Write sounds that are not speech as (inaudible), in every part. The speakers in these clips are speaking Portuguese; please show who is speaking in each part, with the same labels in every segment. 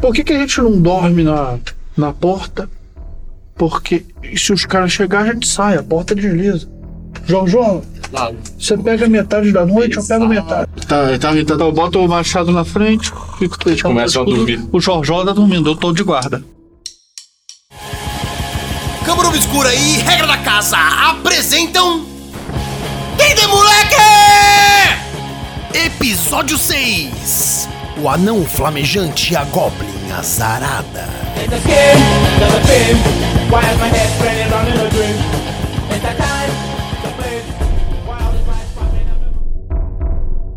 Speaker 1: Por que, que a gente não dorme na, na porta? Porque se os caras chegarem, a gente sai, a porta desliza. João, João,
Speaker 2: Claro.
Speaker 1: você pega metade da noite, eu pego
Speaker 2: Exato.
Speaker 1: metade. Tá, então, então eu boto o machado na frente, fico com
Speaker 2: Começam a dormir.
Speaker 1: O Jorjó tá dormindo, eu tô de guarda.
Speaker 3: Câmara Obscura e Regra da Casa apresentam. Quem de moleque! Episódio 6: O anão flamejante e a Goblin azarada.
Speaker 4: It's a skin, another pin. Why is my head spinning on in a dream? It's a time to play. Wild is my popping up in my-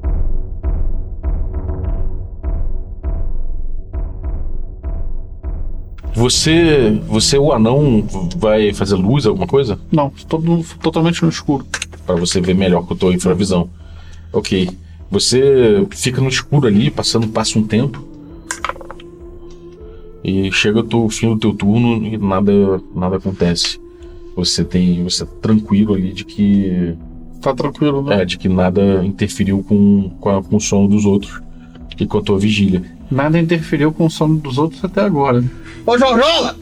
Speaker 2: Você. Você, é o anão, vai fazer luz, alguma coisa?
Speaker 1: Não, todo mundo totalmente no escuro.
Speaker 2: Pra você ver melhor que eu tô em infravisão. Ok. Você fica no escuro ali, passando, passa um tempo. E chega o teu- fim do teu turno e nada, nada acontece. Você tem. Você tá tranquilo ali de que.
Speaker 1: Tá tranquilo, né?
Speaker 2: É, de que nada interferiu com, com, a- com o sono dos outros e com a tua vigília.
Speaker 1: Nada interferiu com o sono dos outros até agora. Ô, Jorjola!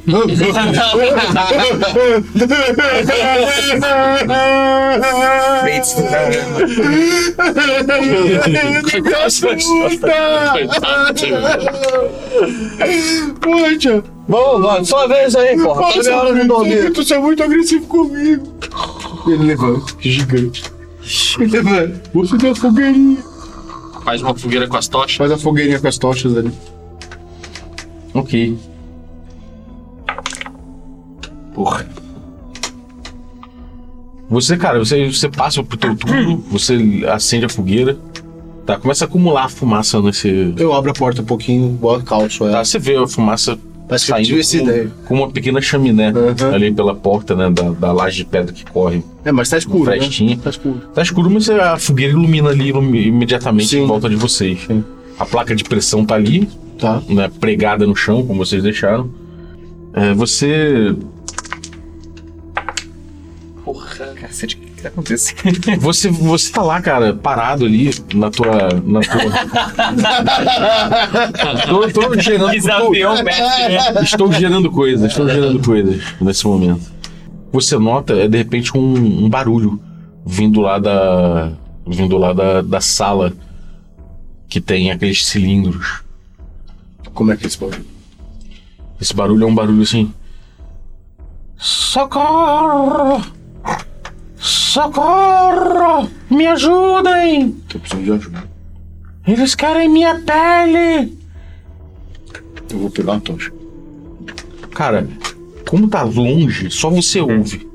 Speaker 1: Poxa,
Speaker 5: Vamos, mano, só vez aí, porra. Tá na hora de dormir.
Speaker 1: tu é muito agressivo comigo. Ele levanta, gigante. Ele levanta. Você deu fogueirinha.
Speaker 6: Faz uma fogueira com as tochas.
Speaker 1: Faz a fogueirinha com as tochas ali.
Speaker 2: Ok. Porra. Você, cara, você, você passa pro teu turno, você acende a fogueira, tá? Começa a acumular fumaça nesse.
Speaker 5: Eu abro a porta um pouquinho, boa calço é.
Speaker 2: Tá,
Speaker 5: ela.
Speaker 2: você vê a fumaça
Speaker 5: Parece que eu
Speaker 2: saindo
Speaker 5: tive essa ideia.
Speaker 2: com, com uma pequena chaminé
Speaker 5: Aham.
Speaker 2: ali pela porta, né? Da, da laje de pedra que corre.
Speaker 5: É, mas tá escuro, né?
Speaker 2: frestinha.
Speaker 5: Tá escuro.
Speaker 2: Tá escuro, mas a fogueira ilumina ali ilumi- imediatamente
Speaker 5: Sim.
Speaker 2: em volta de vocês.
Speaker 5: Sim.
Speaker 2: A placa de pressão tá ali,
Speaker 5: Tá.
Speaker 2: né, pregada no chão, como vocês deixaram. É, você.
Speaker 6: Porra, cacete, o que que tá acontecendo?
Speaker 2: (laughs) Você, você tá lá, cara, parado ali na tua. Na
Speaker 6: (laughs)
Speaker 2: tua... tô, tô gerando.
Speaker 6: Desafiou o mestre, né?
Speaker 2: Estou gerando coisas, estou gerando coisas nesse momento. Você nota, é, de repente, um, um barulho vindo lá da. vindo lá da, da sala que tem aqueles cilindros.
Speaker 5: Como é que é esse barulho?
Speaker 2: Esse barulho é um barulho assim. Socorro! Socorro! Me ajudem!
Speaker 5: Tô precisando de ajuda.
Speaker 2: Eles querem minha pele!
Speaker 5: Eu vou pegar uma tocha.
Speaker 2: Cara, como tá longe, só você ouve.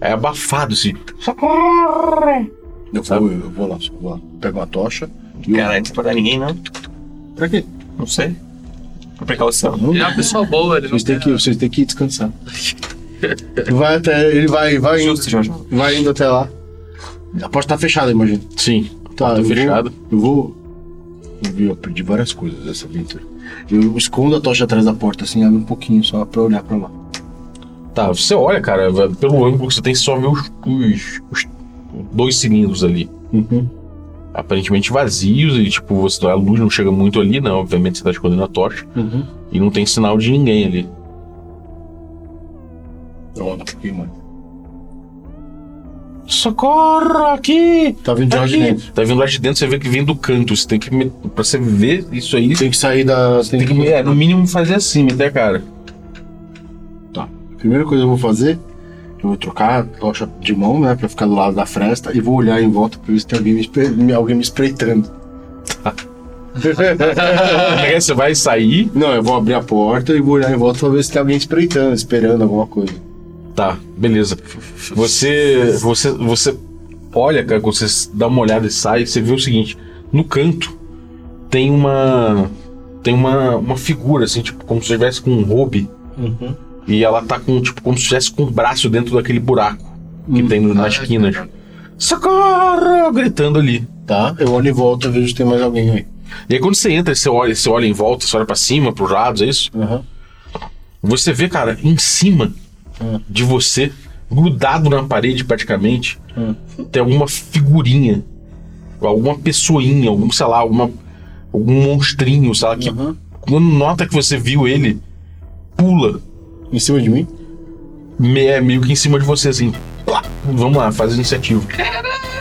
Speaker 2: É abafado assim. Socorro!
Speaker 5: Eu vou, eu vou lá, só vou lá. Pego uma tocha. E eu-
Speaker 6: Caralho, não pode dar é ninguém, não.
Speaker 5: Pra quê?
Speaker 6: Não sei. Por precaução.
Speaker 5: Não
Speaker 6: Ele é
Speaker 5: dá.
Speaker 6: uma pessoa boa, ele não
Speaker 5: Vocês têm
Speaker 6: tem
Speaker 5: que, vocês têm que descansar. (laughs) Vai até. Ele vai, vai indo.
Speaker 6: Justo, Jorge.
Speaker 5: Vai indo até lá. A porta tá fechada, imagina.
Speaker 2: Sim,
Speaker 5: Tá,
Speaker 2: Porta
Speaker 5: eu
Speaker 2: fechada.
Speaker 5: Vou, eu vou. eu vi, Eu aprendi várias coisas dessa aventura. Eu escondo a tocha atrás da porta, assim, abre um pouquinho só pra olhar pra lá.
Speaker 2: tá. Você olha, cara, pelo ângulo que você tem, você só vê os, os- os dois cilindros ali. Uhum. Aparentemente vazios e, tipo, você, a luz não chega muito ali, né? Obviamente você tá escondendo a tocha.
Speaker 5: Uhum.
Speaker 2: E não tem sinal de ninguém ali.
Speaker 5: Eu ando um pouquinho mais.
Speaker 2: Socorro aqui!
Speaker 5: Tá vindo de lá de dentro.
Speaker 2: Tá vindo lá de dentro, você vê que vem do canto. Você tem que. me- Pra você ver isso aí,
Speaker 5: Tem que sair da. Tem
Speaker 2: tem que,
Speaker 5: que...
Speaker 2: é, no mínimo, fazer assim, meter a (laughs) cara.
Speaker 5: Tá. Primeira coisa que eu vou fazer, eu vou trocar a tocha de mão, né? Pra ficar do lado da fresta e vou olhar em volta pra ver se tem alguém me, espe- alguém me espreitando. (laughs)
Speaker 2: Aí É, você vai sair.
Speaker 5: Não, eu vou abrir a porta e vou olhar em volta pra ver se tem alguém espreitando, esperando alguma coisa.
Speaker 2: Tá, beleza. Você. Você. Você olha, cara, quando você dá uma olhada e sai, você vê o seguinte: no canto tem uma. Tem uma, uma figura, assim, tipo, como se estivesse com um robe. E ela tá com, tipo, como se estivesse com o braço dentro daquele buraco que tem no- nas quinas. Socorro! Gritando ali.
Speaker 5: Tá? Eu olho em volta e vejo se tem mais alguém aí.
Speaker 2: E aí quando você entra, você olha, você olha em volta, você olha pra cima, pros lados, é isso?
Speaker 5: Aham.
Speaker 2: Você vê, cara, em cima
Speaker 5: Hum.
Speaker 2: de você, grudado na parede praticamente,
Speaker 5: Hum.
Speaker 2: tem alguma figurinha, alguma pessoinha, algum, sei lá, alguma, algum monstrinho, sei lá, que
Speaker 5: Aham.
Speaker 2: quando nota que você viu ele, pula
Speaker 5: Em cima de mim?
Speaker 2: me- é, meio que em cima de você, assim. Plá! Vamos lá, faz a iniciativa.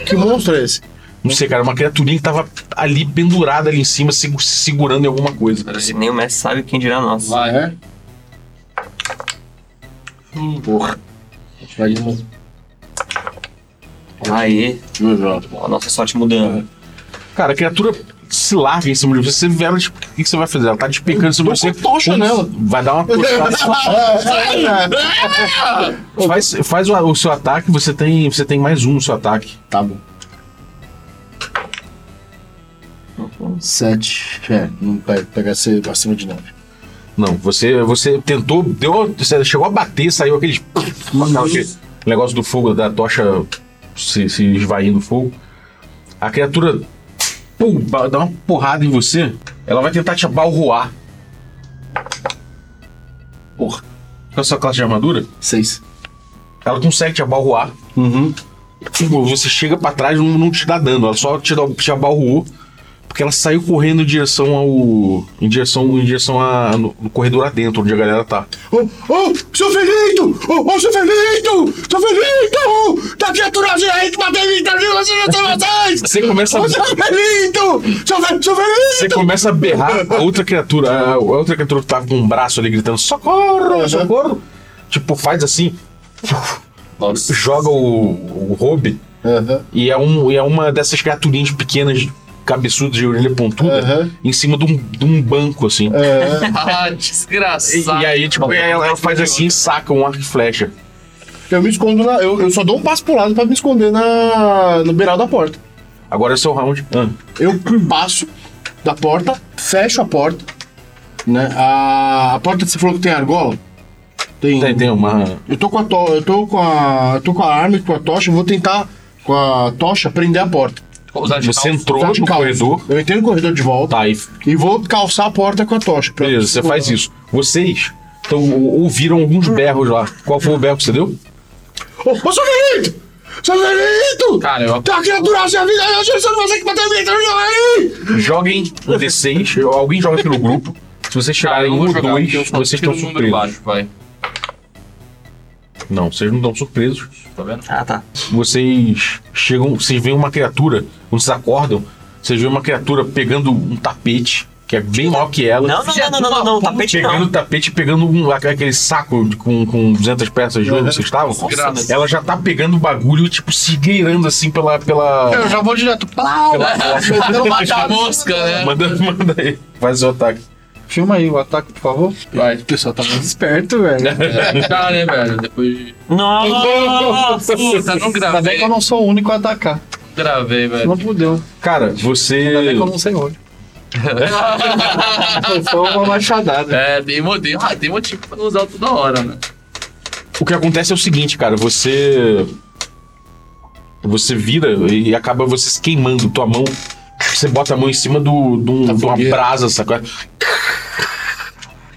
Speaker 5: Que monstro é esse?
Speaker 2: Não sei, cara, uma criaturinha que tava ali pendurada ali em cima, se se segurando em alguma coisa.
Speaker 6: Nem o mestre sabe quem dirá nós.
Speaker 5: Ah, é? Porra. Vai de novo.
Speaker 6: Aê,
Speaker 5: Duas horas.
Speaker 6: a nossa sorte mudando.
Speaker 2: Cara, a criatura se larga em cima de você, você vê ela, tipo, o que que você vai fazer? Ela tá despecando em cima de você.
Speaker 5: tocha nela.
Speaker 2: Vai dar
Speaker 5: (laughs)
Speaker 2: uma tostada. faz faz o, o seu ataque, você tem, você tem mais um no seu ataque.
Speaker 5: Tá bom. Sete. É, não pega, pega esse acima de nove.
Speaker 2: Não, você, você tentou, deu, você chegou a bater, saiu aquele negócio do fogo, da tocha se, se esvaindo o fogo. A criatura pum, ba- dá uma porrada em você, ela vai tentar te abalroar. Porra, com a sua classe de armadura,
Speaker 5: Seis.
Speaker 2: ela um consegue te abalroar.
Speaker 5: Uhum.
Speaker 2: Tipo, Você chega pra trás e não, não te dá dano, ela só te, dá, te abalroou. Porque ela saiu correndo em direção ao. em direção, em direção a, no, no corredor adentro, onde a galera tá.
Speaker 5: Ô, ô, seu Felito! Ô, ô, seu Felito! Seu Felito! Tá criaturazinha aí que bateu em mim, tá vindo assim, eu tenho vocês!
Speaker 2: Você começa a.
Speaker 5: Ô, seu Felito! Seu, Fe- seu
Speaker 2: Você
Speaker 5: Felito!
Speaker 2: começa a berrar a outra criatura, a a outra criatura que tava com um braço ali gritando: socorro,
Speaker 5: Uhum.
Speaker 2: socorro! Tipo, faz assim,
Speaker 6: Nossa.
Speaker 2: joga o, o Robe
Speaker 5: Aham.
Speaker 2: e é, um, e é uma dessas criaturinhas pequenas, cabeçudas de orelha pontuda,
Speaker 5: Aham. É.
Speaker 2: em cima de um, de um banco assim.
Speaker 5: Aham.
Speaker 7: Ah,
Speaker 2: E,
Speaker 7: desgraçado.
Speaker 2: e aí, tipo, ela, ela faz assim e saca um arco e flecha.
Speaker 5: Eu me escondo na. Eu, eu só dou um passo pro lado pra me esconder na. no beiral da porta.
Speaker 2: Agora é seu round. Ah,
Speaker 5: Eu passo da porta, fecho a porta. Né? A, a porta que você falou que tem argola? Tem.
Speaker 2: tem, tem uma.
Speaker 5: Eu tô com a to, eu tô com a. Eu tô com a arma e com a tocha, eu vou tentar com a tocha prender a porta.
Speaker 2: Você entrou
Speaker 5: Tá de
Speaker 2: no
Speaker 5: calça.
Speaker 2: corredor.
Speaker 5: Eu entrei no corredor de volta
Speaker 2: Tá, e
Speaker 5: e vou calçar a porta com a tocha. pra-
Speaker 2: beleza, você faz
Speaker 5: Uhum.
Speaker 2: isso. Vocês então, tão, ouviram alguns berros lá. Qual foi o berro que você deu?
Speaker 5: Ô, ô, seu Benito! Seu Benito!
Speaker 7: Cara, eu-
Speaker 5: Tá criatura, sua vida! Eu sei que você que bateu em mim, tá vendo aí?
Speaker 2: Joguem um D6, ou alguém joga aqui no grupo. Se vocês
Speaker 7: Cara,
Speaker 2: tirarem
Speaker 7: eu
Speaker 2: um
Speaker 7: vou
Speaker 2: ou
Speaker 7: jogar,
Speaker 2: dois,
Speaker 7: porque eu só
Speaker 2: vocês
Speaker 7: tiro
Speaker 2: estão
Speaker 7: um número
Speaker 2: surpresos.
Speaker 7: baixo, vai.
Speaker 2: Não, vocês não estão surpresos.
Speaker 7: Tá vendo?
Speaker 6: Ah, tá.
Speaker 2: Vocês chegam, vocês veem uma criatura, quando vocês acordam, vocês veem uma criatura pegando um tapete, que é bem maior que ela.
Speaker 6: Não, não, não, não, não, não, não, tapete
Speaker 2: Pegando
Speaker 6: não.
Speaker 2: o tapete, pegando um- aquele saco de- com, com 200 peças de
Speaker 5: Uhum.
Speaker 2: ouro que vocês estavam.
Speaker 7: Graças.
Speaker 2: Ela já tá pegando o bagulho, tipo, se gueirando assim pela. pela,
Speaker 5: Eu já vou direto. Plau!
Speaker 2: pela porta.
Speaker 5: Tentando matar
Speaker 7: A mosca, né?
Speaker 2: manda, manda aí, faz o ataque.
Speaker 1: Filma aí o ataque, por favor. Vai. O pessoal tá mais esperto, velho.
Speaker 7: Tá, né, velho? Depois de.
Speaker 6: Nossa!
Speaker 7: Puta, não
Speaker 1: Ainda bem que eu
Speaker 7: gravei.
Speaker 1: não sou o único a atacar.
Speaker 7: Gravei, velho.
Speaker 1: Não fudeu.
Speaker 2: Cara,
Speaker 1: Ainda
Speaker 2: você.
Speaker 1: bem que eu não sei onde. Foi uma machadada.
Speaker 7: É, tem motivo. Ah, tem motivo pra não usar toda hora, né?
Speaker 2: O que acontece é o seguinte, cara, você. Você vira e acaba você se queimando, tua mão. Você bota a mão em cima do, de um-
Speaker 5: Da
Speaker 2: de uma
Speaker 5: fogueira.
Speaker 2: brasa, sacou?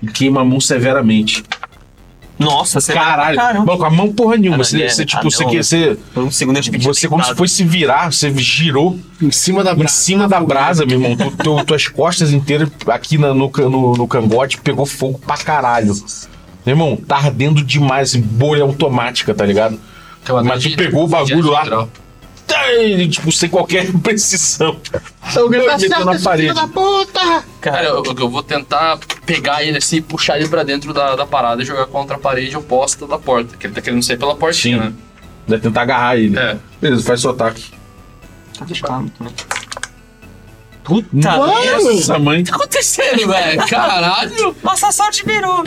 Speaker 2: E queima a mão severamente.
Speaker 6: Nossa, você
Speaker 2: Caralho!
Speaker 6: Caramba.
Speaker 2: Mano, com a mão porra nenhuma.
Speaker 6: Ah,
Speaker 2: você,
Speaker 6: é.
Speaker 2: você,
Speaker 6: Ah,
Speaker 2: tipo,
Speaker 6: não,
Speaker 2: você,
Speaker 6: né?
Speaker 2: que- você,
Speaker 6: Por um segundo eu tive que
Speaker 2: você
Speaker 6: ter
Speaker 2: como se
Speaker 6: tentado.
Speaker 2: fosse virar, você girou
Speaker 5: Em cima da
Speaker 2: em
Speaker 5: braça.
Speaker 2: cima da brasa, meu irmão. Tu, tu- tuas costas inteiras aqui na- no, ca- no, no cangote pegou fogo pra caralho. Meu irmão, tá ardendo demais, assim, bolha automática, tá ligado?
Speaker 7: Aquela
Speaker 2: Mas tu
Speaker 7: energia-
Speaker 2: pegou o bagulho lá.
Speaker 7: Geral.
Speaker 2: Tá, e, Tipo, sem qualquer (laughs) precisão.
Speaker 1: Alguém tá
Speaker 2: Meteu
Speaker 1: certo,
Speaker 2: na
Speaker 1: esse
Speaker 2: parede.
Speaker 1: filho da puta!
Speaker 2: É.
Speaker 7: Cara, eu, eu vou tentar pegar ele assim, puxar ele pra dentro da, da parada e jogar contra a parede oposta da porta. Que ele tá querendo sair pela portinha,
Speaker 2: Sim.
Speaker 7: né?
Speaker 2: Vai tentar agarrar ele.
Speaker 7: É.
Speaker 2: Beleza, faz seu ataque.
Speaker 6: Tá fechado. né? Puta merda.
Speaker 5: Mano!
Speaker 2: Essa mãe.
Speaker 7: O que tá
Speaker 2: (laughs)
Speaker 7: acontecendo, velho? Caralho!
Speaker 6: Nossa sorte virou.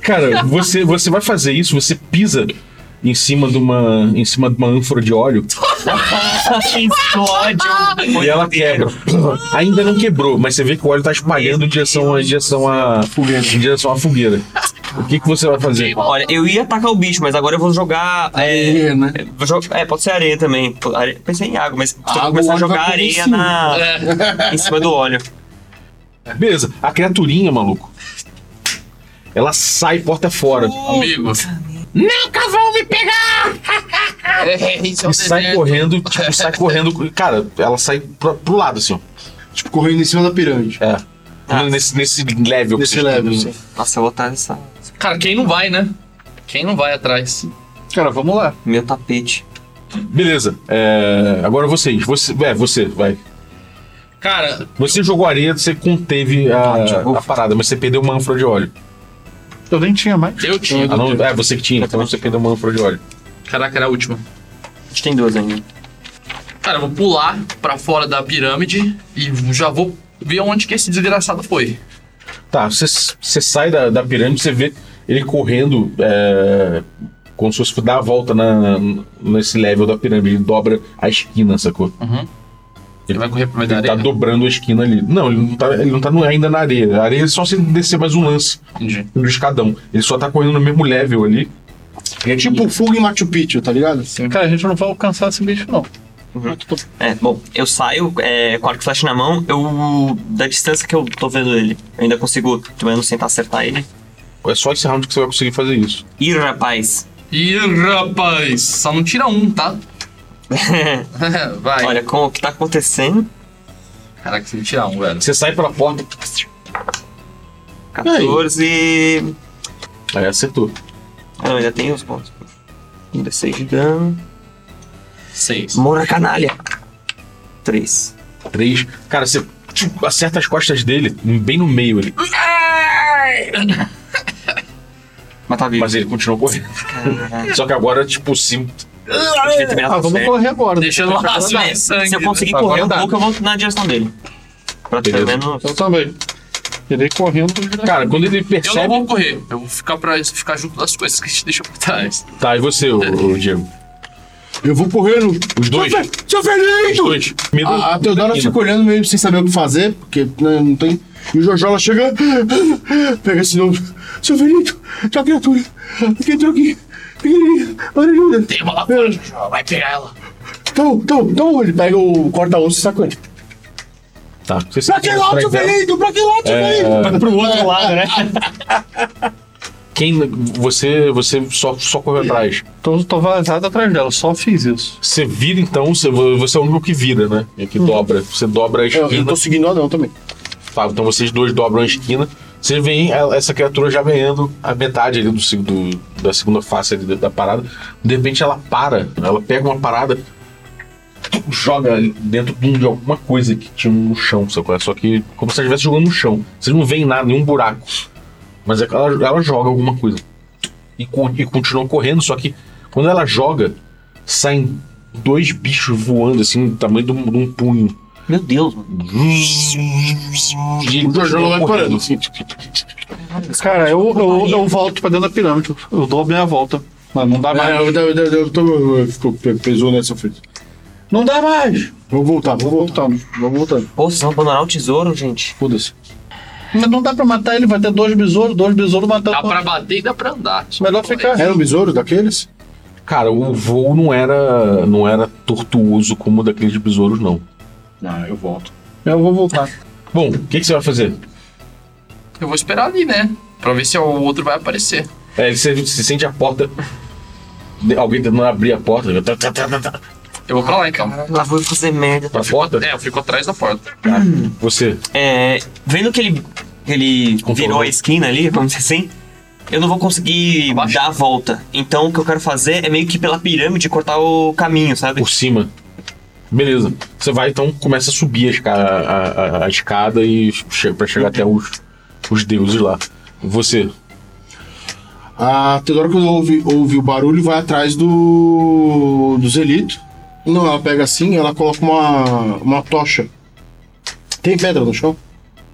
Speaker 2: Cara, você, você vai fazer isso, você pisa em cima de uma. em cima de uma ânfora de óleo
Speaker 6: Explode.
Speaker 2: e ela quebra. Ainda não quebrou, mas você vê que o óleo tá espalhando em direção, em direção a. Fogueira. Em direção à fogueira. O que, que você vai fazer?
Speaker 6: Olha, eu ia atacar o bicho, mas agora eu vou jogar. É,
Speaker 5: Areia, né?
Speaker 6: vou jo- é, pode ser areia também. Pô, areia- Pensei em água, mas tô
Speaker 5: Água,
Speaker 6: começar a
Speaker 5: óleo vai
Speaker 6: jogar
Speaker 5: por em
Speaker 6: areia
Speaker 5: cima.
Speaker 6: na,
Speaker 7: É.
Speaker 6: em cima do óleo.
Speaker 2: Beleza, a criaturinha, maluco. Ela sai porta fora.
Speaker 7: Amigo.
Speaker 2: Nunca vão me pegar!
Speaker 7: (laughs) É, isso é o
Speaker 2: E sai
Speaker 7: deserto.
Speaker 2: correndo, tipo, sai correndo. Cara, ela sai pro, pro lado, assim, ó.
Speaker 5: Tipo, correndo em cima da pirâmide.
Speaker 2: É.
Speaker 6: Ah.
Speaker 2: Nesse, nesse level. que
Speaker 5: Nesse
Speaker 2: vocês- assim.
Speaker 5: level, né? sim.
Speaker 6: Nossa, eu vou estar nessa.
Speaker 7: Cara, quem não vai, né? Quem não vai atrás?
Speaker 5: Cara, vamos lá.
Speaker 6: Meu tapete.
Speaker 2: Beleza. É, agora vocês. Você, é, você, vai.
Speaker 7: Cara,
Speaker 2: Você jogou areia, você conteve a, a parada, mas você perdeu uma ânfora de óleo.
Speaker 1: Eu nem tinha mais.
Speaker 7: eu tinha.
Speaker 2: Ah, não, é, você que tinha, então você perdeu uma ânfora de óleo.
Speaker 7: Caraca, era a última.
Speaker 6: A gente tem duas ainda.
Speaker 7: Cara, eu vou pular pra fora da pirâmide e já vou ver onde que esse desgraçado foi.
Speaker 2: Tá, você, você sai da, da pirâmide, você vê ele correndo é, como se fosse dar a volta na, nesse level da pirâmide. Ele dobra a esquina, sacou?
Speaker 7: Ele vai correr pra meio da
Speaker 2: Ele tá
Speaker 7: areia.
Speaker 2: dobrando a esquina ali. Não, ele não tá, ele não tá no- ainda na areia. A areia é só se descer mais um lance
Speaker 7: Entendi.
Speaker 2: do escadão. Ele só tá correndo no mesmo level ali. E é tipo,
Speaker 5: Tipo fuga em Machu Picchu, tá ligado?
Speaker 1: Cara, a gente não vai alcançar esse bicho, não.
Speaker 6: É, bom, eu saio é, com arco e flecha na mão, eu. Da distância que eu tô vendo ele, eu ainda consigo, pelo menos, tentar acertar ele.
Speaker 2: é só esse round que você vai conseguir fazer isso.
Speaker 6: Ih, rapaz!
Speaker 7: Ih, rapaz, só não tira um, tá? vai.
Speaker 6: Olha, com o que tá acontecendo.
Speaker 7: Caraca, se não tirar um, velho.
Speaker 2: Você sai pela porta.
Speaker 6: 14.
Speaker 2: Aí acertou.
Speaker 6: Ah, não, ainda tem os pontos. Um D6 de dano.
Speaker 7: Seis.
Speaker 6: Mora canalha! 3.
Speaker 2: Três. Cara, você tchum, acerta as costas dele, bem no meio ali.
Speaker 6: Mas tá vivo. Ah,
Speaker 2: Mas ele continua
Speaker 7: (laughs)
Speaker 2: correndo.
Speaker 6: Caraca.
Speaker 2: Só que agora, tipo, sim.
Speaker 6: Eu devia ter me
Speaker 1: Ah, vamos
Speaker 6: acertado.
Speaker 1: correr agora.
Speaker 7: Deixa eu
Speaker 1: Depois
Speaker 7: lá,
Speaker 1: vai
Speaker 7: se
Speaker 1: dar.
Speaker 7: é sangue.
Speaker 6: Se eu conseguir
Speaker 7: né?
Speaker 6: correr um
Speaker 7: Agora dá.
Speaker 6: pouco, eu vou na direção dele. Pra pelo
Speaker 2: Beleza.
Speaker 6: menos.
Speaker 1: Eu também. Irei correndo.
Speaker 2: Cara, quando ele
Speaker 7: Eu não
Speaker 2: percebe.
Speaker 7: vou correr, eu vou ficar, pra, ficar junto das coisas que a gente deixa pra trás.
Speaker 2: Tá, e você, o, Diego?
Speaker 5: Eu vou correndo.
Speaker 2: Os dois.
Speaker 5: Seu, Fe- seu Fernando!
Speaker 2: Os dois. Primeiro,
Speaker 5: A, é a Teodora
Speaker 2: Dina.
Speaker 5: Então, fica olhando meio sem saber o que fazer, porque né, não tem. E o Jojo ela chega. (laughs) Pega esse nome. Seu Fernando, tá a criatura. A criatura aqui. Pequenininha. Orelhuda.
Speaker 7: Tem uma lá fora, Jojo, vai pegar ela.
Speaker 5: Então, então, então ele pega o corta-osso e sacode.
Speaker 2: Tá. Você se
Speaker 5: Pra que lado, seu
Speaker 2: dela.
Speaker 5: Fernando? Pra que lado, seu
Speaker 2: É.
Speaker 5: Fernando? Pra-
Speaker 1: um
Speaker 5: Pro outro lado.
Speaker 1: né?
Speaker 2: (laughs) Quem. Você, você só, só correu atrás.
Speaker 1: Tô, tô vazado atrás dela, só fiz isso.
Speaker 2: Você vira então, você, você é o único que vira, né? É que dobra. Você dobra a
Speaker 5: Uhum. É, Eu,
Speaker 2: esquina.
Speaker 5: eu tô seguindo o anão também.
Speaker 2: Tá, então vocês dois dobram a esquina. Você vem a- essa criatura já ganhando a metade ali do, seg- do- da segunda face ali da, da parada. De repente ela para, ela pega uma parada, tu- joga dentro de, um- de alguma coisa que tinha no chão, sacou? É Só que como se ela estivesse jogando no chão. Vocês não veem nada, nenhum buraco. Mas é que ela, ela joga alguma coisa. E, con- e continua correndo, só que quando ela joga, saem dois bichos voando assim, do tamanho de um, de um punho.
Speaker 6: Meu Deus, mano.
Speaker 2: E ele
Speaker 5: O Jojo ela
Speaker 2: continua
Speaker 5: vai parando.
Speaker 2: correndo.
Speaker 5: Assim.
Speaker 1: Cara, eu, eu, eu volto pra dentro da pirâmide. Eu dou a minha volta. Mas não dá
Speaker 5: Ah,
Speaker 1: mais.
Speaker 5: eu, eu, eu, eu tô. eu fico- Pesou né, nessa frente.
Speaker 1: Não dá mais!
Speaker 5: Vamos voltar, vamos voltar.
Speaker 1: Voltando.
Speaker 5: Vamos voltando.
Speaker 6: Pô, vocês vão abandonar o tesouro, gente?
Speaker 5: Foda-se.
Speaker 1: Mas não dá pra matar ele, vai ter dois besouros, dois besouros matando.
Speaker 7: Dá pra bater e dá pra andar.
Speaker 1: Melhor ficar.
Speaker 5: Era um besouro daqueles?
Speaker 2: Cara, o voo não era não era tortuoso como o daqueles besouros, não.
Speaker 5: Ah, eu volto.
Speaker 1: Eu vou voltar.
Speaker 2: Bom, o que, que você vai fazer?
Speaker 7: Eu vou esperar ali, né? Pra ver se o outro vai aparecer.
Speaker 2: É, você, você sente a porta. de- Alguém tentando abrir a porta. Tá, tá, tá, tá, tá,
Speaker 7: Eu vou pra lá então.
Speaker 6: Lá vou eu fazer merda.
Speaker 2: pra porta? né?
Speaker 7: É, eu fico atrás da porta.
Speaker 2: Você.
Speaker 6: É. Vendo que ele. que ele
Speaker 2: Controlou.
Speaker 6: virou a esquina ali, vamos dizer assim. Eu não vou conseguir
Speaker 7: Abaixa.
Speaker 6: dar a volta. Então o que eu quero fazer é meio que pela pirâmide cortar o caminho, sabe?
Speaker 2: Por cima. Beleza. Você vai então, começa a subir a escada, a, a- a escada e che pra chegar até os, os deuses lá. Você.
Speaker 5: A Teodora, quando ouve, ouve o barulho, vai atrás do. do Zelito. Não, ela pega assim, ela coloca uma, uma tocha. Tem pedra no chão?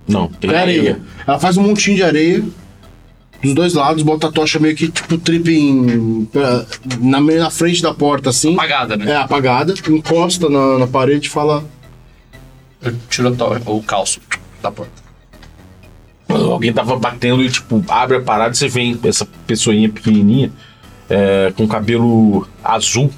Speaker 2: Não, tem
Speaker 5: É areia. Ela faz um montinho de areia dos dois lados, bota a tocha meio que tipo trip em, pra- na, meio na frente da porta assim.
Speaker 7: Apagada, né?
Speaker 5: É apagada, encosta na, na parede e fala:
Speaker 7: Eu tiro a to- o calço da porta.
Speaker 2: Alguém tava batendo e, tipo, abre a parada e você vê essa pessoinha pequenininha é, com cabelo azul,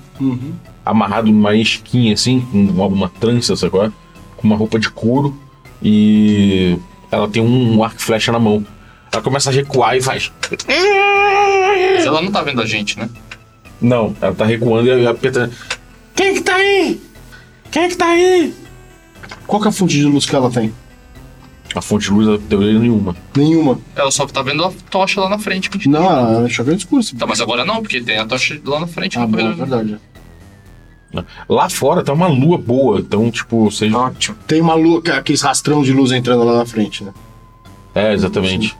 Speaker 2: amarrado numa esquinha, assim, com uma, uma trança, sabe qual é? Com uma roupa de couro e ela tem um, arco e flecha na mão. Ela começa a recuar e faz...
Speaker 7: Mas ela não tá vendo a gente, né?
Speaker 2: Não, ela tá recuando e apertando...
Speaker 5: é
Speaker 2: Quem que tá aí? Quem que tá aí?
Speaker 5: é Qual que é a fonte de luz que ela tem?
Speaker 2: A fonte de luz não deu dele nenhuma.
Speaker 5: Nenhuma.
Speaker 7: Ela só tá vendo a tocha lá na frente. que a gente-
Speaker 5: Não, ela achou que era discurso.
Speaker 7: Tá, mas agora não, porque tem a tocha lá na frente.
Speaker 5: Ah,
Speaker 7: no
Speaker 5: boa, é
Speaker 2: Uhum.
Speaker 7: corredor.
Speaker 5: verdade.
Speaker 2: Lá fora tá uma lua boa, então, tipo, seja.
Speaker 6: Ótimo.
Speaker 5: Tem Tá uma lua, é aqueles rastrão de luz entrando lá na frente, né?
Speaker 2: É, exatamente.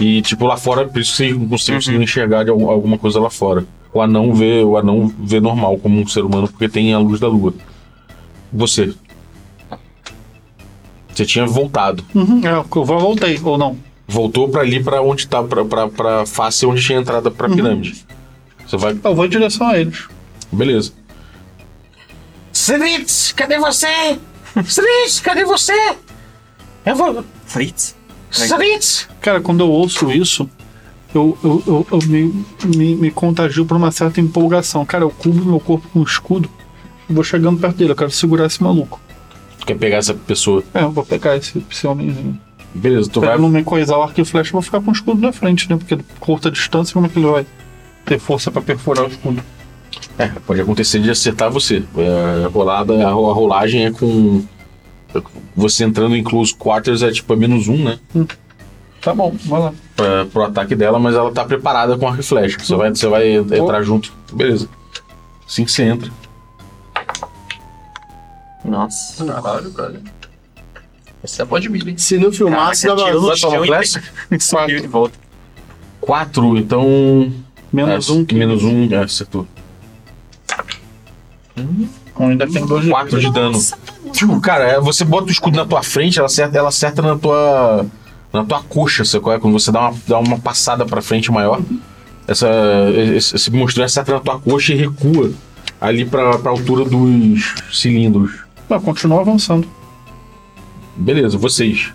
Speaker 2: E, tipo, lá fora, por isso que você consegue conseguir enxergar de al- alguma coisa lá fora. O anão vê, o anão vê normal como um ser humano porque tem a luz da lua. Você. Você tinha voltado.
Speaker 1: Uhum, (laughs) é, eu vou- voltei, ou não.
Speaker 2: Voltou pra ali pra onde tá, pra, pra, pra face onde tinha entrada pra pirâmide. Você vai.
Speaker 1: Eu vou em direção a eles.
Speaker 2: Beleza.
Speaker 8: Sritz, cadê você? Sritz, cadê você? Eu vou.
Speaker 6: Fritz?
Speaker 8: Sritz!
Speaker 1: Cara, quando eu ouço isso, eu, eu, eu, eu me, me, me contagio por uma certa empolgação. Cara, eu cubro meu corpo com um escudo e vou chegando perto dele. Eu quero segurar esse maluco.
Speaker 2: Quer pegar essa pessoa.
Speaker 1: É, eu vou pegar esse, esse homenzinho.
Speaker 2: Beleza, tu
Speaker 1: Pra
Speaker 2: vai.
Speaker 1: ele não me coisar o arco e flecha, eu vou ficar com o escudo na frente, né? Porque curta distância, como é que ele vai ter força pra perfurar o escudo?
Speaker 2: É, pode acontecer de acertar você. É, a, rolada, a, ro- a rolagem é com. Você entrando em close quarters é tipo é menos um, né?
Speaker 1: Tá bom, vai lá.
Speaker 2: Pra, pro ataque dela, mas ela tá preparada com arco e flecha. Você vai, você vai entrar junto. Beleza. Assim que você entra.
Speaker 6: Nossa.
Speaker 7: Caralho, brother. Essa é a pó de milho, hein?
Speaker 5: Se não filmasse,
Speaker 6: Caraca,
Speaker 5: dava.
Speaker 6: tirou no
Speaker 2: Vai tomar
Speaker 6: chão e
Speaker 2: flecha?
Speaker 6: subiu de volta.
Speaker 2: Quatro, então.
Speaker 1: Menos
Speaker 2: é,
Speaker 1: um. Que
Speaker 2: Menos um, é, acertou.
Speaker 1: Hum, um Ainda tem dois de
Speaker 2: Quatro de dano. Tipo, cara, é, você bota o escudo na tua frente, ela acerta, ela acerta na tua. Na tua coxa, sabe qual é? Quando você dá uma, dá uma passada pra frente maior, essa, esse, esse monstro acerta na tua coxa e recua ali pra, pra altura dos cilindros.
Speaker 1: Ah, continua avançando.
Speaker 2: Beleza, vocês.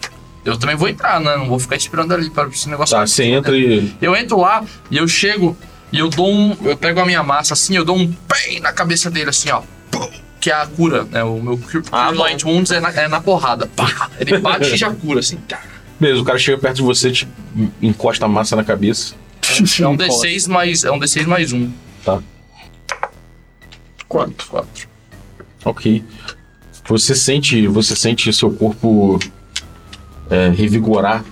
Speaker 7: Eu também vou entrar, né? Não vou ficar esperando ali para esse negócio.
Speaker 2: Tá, você entra e.
Speaker 7: Eu entro lá e eu chego e eu dou um. Eu pego a minha massa assim, eu dou um bem na cabeça dele, assim, ó. Pum! Que é a cura, né? O meu Cure,
Speaker 6: Ah,
Speaker 7: cure
Speaker 6: bom.
Speaker 7: Light Wounds é na, é na porrada. Pá! Ele bate e já cura, assim. Tá.
Speaker 2: Beleza, o cara chega perto de você, te encosta a massa na cabeça.
Speaker 7: É um D6 mais. É um D6 mais um.
Speaker 2: Tá.
Speaker 7: Quanto? Quatro.
Speaker 2: Ok. Você sente, você sente seu corpo é, revigorar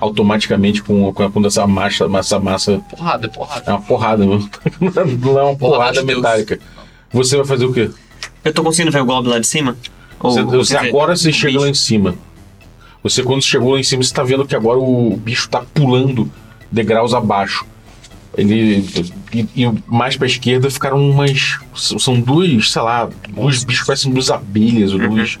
Speaker 2: automaticamente com, com a- quando essa massa, massa, massa
Speaker 7: Porrada, é porrada.
Speaker 2: é uma porrada, (laughs) não não é uma porrada
Speaker 7: de Deus.
Speaker 2: metálica. Você vai fazer o quê?
Speaker 6: Eu tô conseguindo ver o Goblin lá de cima? Ou,
Speaker 2: Você,
Speaker 6: quer
Speaker 2: você
Speaker 6: dizer,
Speaker 2: agora você
Speaker 6: o
Speaker 2: chega lá
Speaker 6: bicho.
Speaker 2: em cima. Você quando chegou lá em cima, você tá vendo que agora o bicho tá pulando degraus abaixo. Ele e, e mais pra esquerda ficaram umas são duas, sei lá, dois bichos parecem duas abelhas
Speaker 6: Uhum.
Speaker 2: ou duas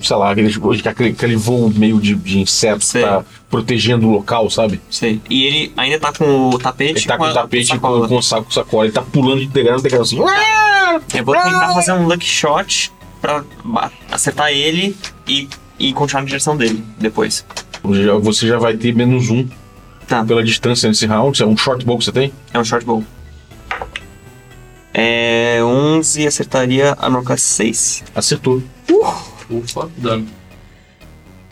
Speaker 2: sei lá, aqueles- aquele, aquele voo meio de, de insetos que
Speaker 6: Sei.
Speaker 2: tá protegendo o local, sabe?
Speaker 6: Sei. E ele ainda tá com o tapete.
Speaker 2: Ele tá com
Speaker 6: a-
Speaker 2: o tapete com,
Speaker 6: sacola.
Speaker 2: com o saco sacola, ele tá pulando de degrau em degrau assim.
Speaker 6: Eu vou tentar fazer um luck shot pra ba- acertar ele e, e continuar na direção dele depois.
Speaker 2: Já- Você já vai ter menos um
Speaker 6: Tá.
Speaker 2: pela distância nesse round. É um short bow que você tem?
Speaker 6: É um short bow. É. 11 acertaria a marca 6.
Speaker 2: Acertou.
Speaker 7: Ufa, dano.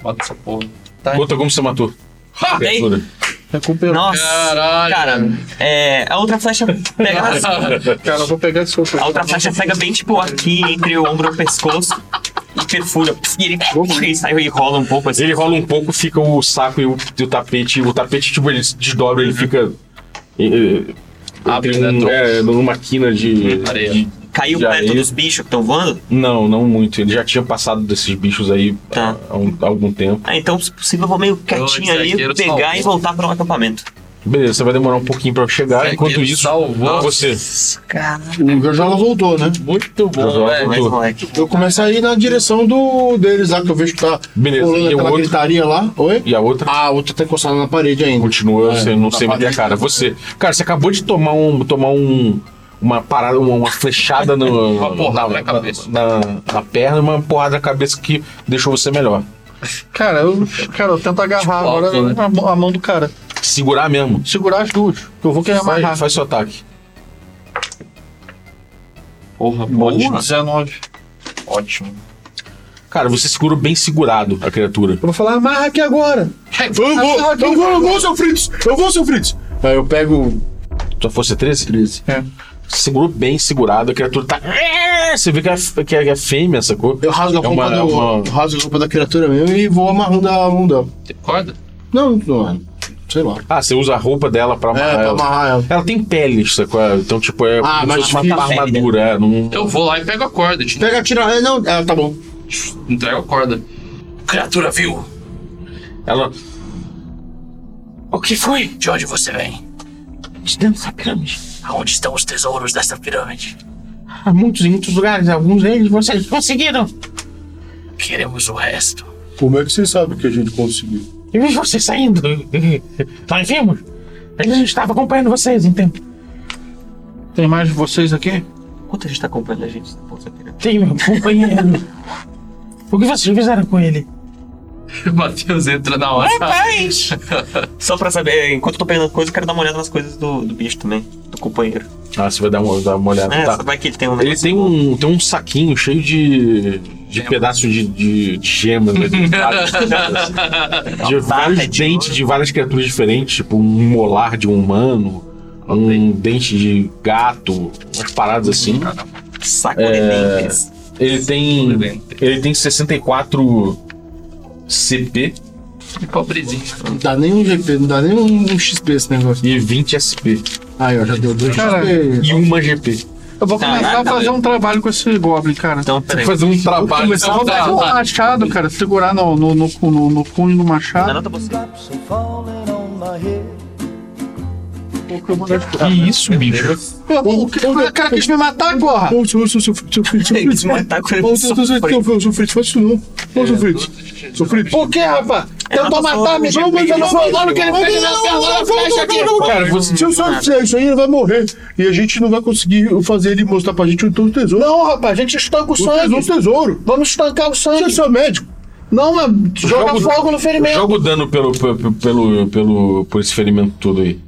Speaker 7: Bota essa porra.
Speaker 2: Conta como você matou.
Speaker 6: Ha! Ei!
Speaker 2: Criatura.
Speaker 1: Recuperou.
Speaker 6: Nossa!
Speaker 7: Caralho.
Speaker 6: Cara, é, a outra flecha pega.
Speaker 1: Cara, eu vou pegar esse outro.
Speaker 6: A outra flecha pega bem tipo aqui entre o ombro e o pescoço e perfura. E ele, ele sai e rola um pouco assim.
Speaker 2: Ele rola um pouco, fica o saco e o, e o tapete. O tapete, tipo, ele se desdobra, ele fica. é, é,
Speaker 7: Abre,
Speaker 2: entre
Speaker 7: né, tronco.
Speaker 2: é, numa quina de.
Speaker 7: Areia.
Speaker 2: de-
Speaker 6: Caiu
Speaker 2: de
Speaker 6: perto
Speaker 2: areia.
Speaker 6: dos bichos que estão voando.
Speaker 2: Não, não muito. Ele já tinha passado desses bichos aí
Speaker 6: Tá.
Speaker 2: há, um- há algum tempo.
Speaker 6: Ah, então se possível eu vou meio quietinho ali,
Speaker 7: zagueiro
Speaker 6: pegar
Speaker 7: salvou.
Speaker 6: e voltar para o acampamento.
Speaker 2: Beleza, você vai demorar um pouquinho pra chegar.
Speaker 7: Zagueiro
Speaker 2: Enquanto isso,
Speaker 7: salvou.
Speaker 2: você.
Speaker 5: O Gorjola voltou, né?
Speaker 2: Muito bom,
Speaker 6: Mas, moleque.
Speaker 5: Eu começo a ir na direção do deles lá, que eu vejo que tá
Speaker 2: Beleza,
Speaker 5: rolando
Speaker 2: e o
Speaker 5: aquela
Speaker 2: outro?
Speaker 5: gritaria lá. Oi?
Speaker 2: E a outra?
Speaker 5: Ah, o outro tá encostado na parede ainda.
Speaker 7: É,
Speaker 5: É,
Speaker 2: Continua, você não sei meter a
Speaker 5: parede.
Speaker 2: cara. Você. Cara, você acabou de tomar um. tomar um. Uma parada, uma, uma flechada no,
Speaker 7: (laughs) Uma porrada na cabeça.
Speaker 2: na, na perna e uma porrada na cabeça que deixou você melhor.
Speaker 1: Cara, eu, cara, eu tento agarrar
Speaker 7: Tipo,
Speaker 1: agora
Speaker 7: alto, né?
Speaker 1: a, mão- a mão do cara.
Speaker 2: Segurar mesmo.
Speaker 1: Segurar as duas. que Eu vou querer amarrar.
Speaker 2: Faz, faz seu ataque.
Speaker 7: Porra,
Speaker 6: Boa.
Speaker 7: pode.
Speaker 1: 19.
Speaker 7: Ótimo.
Speaker 2: Cara, você segura bem segurado a criatura.
Speaker 1: Eu vou falar, amarra aqui agora.
Speaker 5: Eu vou, eu vou, eu vou, seu Fritz! Eu vou, seu Fritz! Aí eu pego
Speaker 2: Sua força é 13?
Speaker 5: 13.
Speaker 1: É.
Speaker 2: segurou bem segurado, a criatura tá. Você vê que é, que é, que é fêmea, sacou?
Speaker 5: Eu rasgo a
Speaker 2: É
Speaker 5: roupa
Speaker 2: uma-
Speaker 5: do.
Speaker 2: uma-
Speaker 5: Rasgo a roupa da criatura mesmo e vou amarrando a mão dela.
Speaker 7: Tem corda?
Speaker 5: Não, não é. Sei lá.
Speaker 2: Ah, você usa a roupa dela pra amarrar
Speaker 5: É, pra
Speaker 2: ela.
Speaker 5: amarrar ela.
Speaker 2: Ela tem peles, sacou? Então, tipo, é
Speaker 5: Ah,
Speaker 2: como
Speaker 5: mas
Speaker 2: se fosse
Speaker 5: fica
Speaker 2: uma armadura. É, não...
Speaker 7: Eu vou lá e pego a corda, te
Speaker 5: Pega, tira. é, Não, é, tá bom.
Speaker 7: entrego a corda. (laughs) Criatura viu
Speaker 2: Ela.
Speaker 8: O que foi?
Speaker 7: de onde você vem?
Speaker 8: De dentro da pirâmide.
Speaker 7: Aonde estão os tesouros dessa pirâmide?
Speaker 8: Há muitos, em muitos lugares, alguns deles vocês conseguiram.
Speaker 7: Queremos o resto.
Speaker 5: Como é que vocês sabem que a gente conseguiu?
Speaker 8: Eu vi você saindo. (laughs) Nós vimos. A gente estava acompanhando vocês, então.
Speaker 1: Tem mais de vocês aqui?
Speaker 6: Quanta gente tá acompanhando a gente? Pô, você pega.
Speaker 8: Tem meu companheiro. o que vocês fizeram com ele?
Speaker 7: O Matheus entra na hora.
Speaker 8: Rapaz!
Speaker 6: Só pra saber, é, enquanto eu tô pegando coisa, eu quero dar uma olhada nas coisas do, do bicho também, do companheiro.
Speaker 2: Ah, você vai dar uma, dar uma olhada.
Speaker 6: É,
Speaker 2: Tá.
Speaker 6: só vai que ele tem um
Speaker 2: Ele tem um, tem um saquinho cheio de. de pedaço de, de, de gemas, né? De
Speaker 6: (laughs)
Speaker 2: vários, de vários
Speaker 6: barra de
Speaker 2: dentes
Speaker 6: ouro.
Speaker 2: de várias criaturas diferentes, tipo um molar de um humano, um dente de gato, umas paradas assim.
Speaker 6: saco de
Speaker 2: É.
Speaker 6: dentes.
Speaker 2: Ele tem. Ele tem 64 CP
Speaker 7: Que (laughs) pobrezinho.
Speaker 5: Não dá nem um GP, não dá nem um XP esse negócio.
Speaker 2: e 20 SP.
Speaker 5: Aí, ó, já deu dois
Speaker 1: Cara,
Speaker 5: XP.
Speaker 2: E uma GP.
Speaker 1: Eu vou começar
Speaker 6: Caraca,
Speaker 1: a fazer
Speaker 6: velho.
Speaker 1: um trabalho com esse Goblin, cara.
Speaker 6: Então, peraí.
Speaker 2: Fazer um trabalho.
Speaker 7: então
Speaker 1: Eu vou
Speaker 7: tá,
Speaker 1: pegar um machado, cara, segurar no, no, no, cu- no- no punho do
Speaker 6: Não é
Speaker 1: machado.
Speaker 6: nada você.
Speaker 2: Que isso, bicho?
Speaker 1: Pô, O que- o cara quis me matar, porra!
Speaker 5: Ô, seu, seu, seu filho, seu filho, seu
Speaker 6: Tem
Speaker 5: filho.
Speaker 6: que se matar com ele.
Speaker 5: Ô, seu, seu, seu, seu filho, seu filho, faz isso não.
Speaker 1: É,
Speaker 5: Ô, seu filho. Seu filho.
Speaker 1: Por que, rapaz? Tentou
Speaker 6: nada, só
Speaker 1: matar, me
Speaker 6: um
Speaker 1: chamou, mas eu não vou lá no que ele
Speaker 5: Não,
Speaker 1: fez
Speaker 5: não,
Speaker 1: na
Speaker 5: não,
Speaker 1: perna
Speaker 5: não,
Speaker 1: da flecha aqui.
Speaker 5: não, não,
Speaker 2: Cara, você.
Speaker 5: Se o senhor fizer isso aí, ele vai morrer. E a gente não vai conseguir fazer ele mostrar pra gente tá o todo o tesouro.
Speaker 1: Não, rapaz, a gente estanca o
Speaker 5: O tesouro, o
Speaker 1: sangue.
Speaker 5: tesouro.
Speaker 1: Vamos estancar o
Speaker 5: Você é
Speaker 1: sangue.
Speaker 5: seu médico.
Speaker 1: Não, mas joga
Speaker 2: Jogo-
Speaker 1: fogo no ferimento.
Speaker 2: Joga o dano pelo, pelo, pelo, pelo, por esse ferimento todo aí.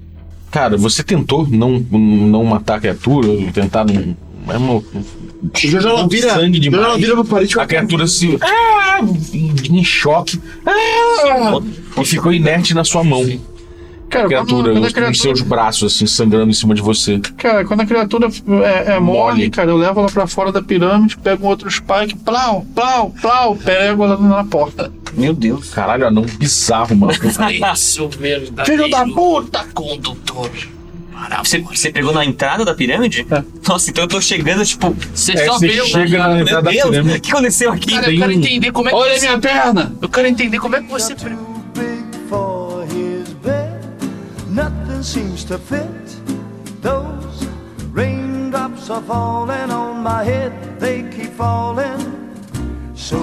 Speaker 2: Cara, você tentou não, não matar a criatura, tentar não. é mas, mano,
Speaker 5: Já já ela vira,
Speaker 2: Sangue
Speaker 5: já
Speaker 2: demais.
Speaker 5: ela vira pra parede.
Speaker 2: a criatura se. Ah, em choque. Ah, e ficou inerte na sua mão.
Speaker 1: Cara,
Speaker 2: A criatura,
Speaker 1: quando, quando a
Speaker 2: os, os seus
Speaker 1: criatura,
Speaker 2: braços assim, sangrando em cima de você.
Speaker 1: cara, quando a criatura é, é mole,
Speaker 2: Mole.
Speaker 1: cara, eu levo ela pra fora da pirâmide, pego um outro spike, plau, plau, plau, pego ela na porta.
Speaker 6: Meu Deus.
Speaker 2: Caralho, anão bizarro, mano.
Speaker 7: Isso verdadeiro.
Speaker 1: Filho da puta!
Speaker 7: Condutor. Para
Speaker 6: (laughs) Você, você pegou na entrada da pirâmide? Nossa, então eu tô chegando, tipo,
Speaker 7: Você
Speaker 2: É,
Speaker 7: só
Speaker 2: você
Speaker 7: veio.
Speaker 2: chega na
Speaker 6: né? meu
Speaker 2: É. entrada da
Speaker 6: Deus, o
Speaker 2: pirâmide.
Speaker 6: que aconteceu aqui?
Speaker 7: Cara,
Speaker 2: tem
Speaker 7: eu quero
Speaker 2: um-
Speaker 7: entender como é que
Speaker 1: Olha
Speaker 7: você-
Speaker 1: minha perna!
Speaker 7: Eu quero entender como é que você.
Speaker 9: for his bed. Nothing seems to fit. Those raindrops are falling on my head, they keep falling. So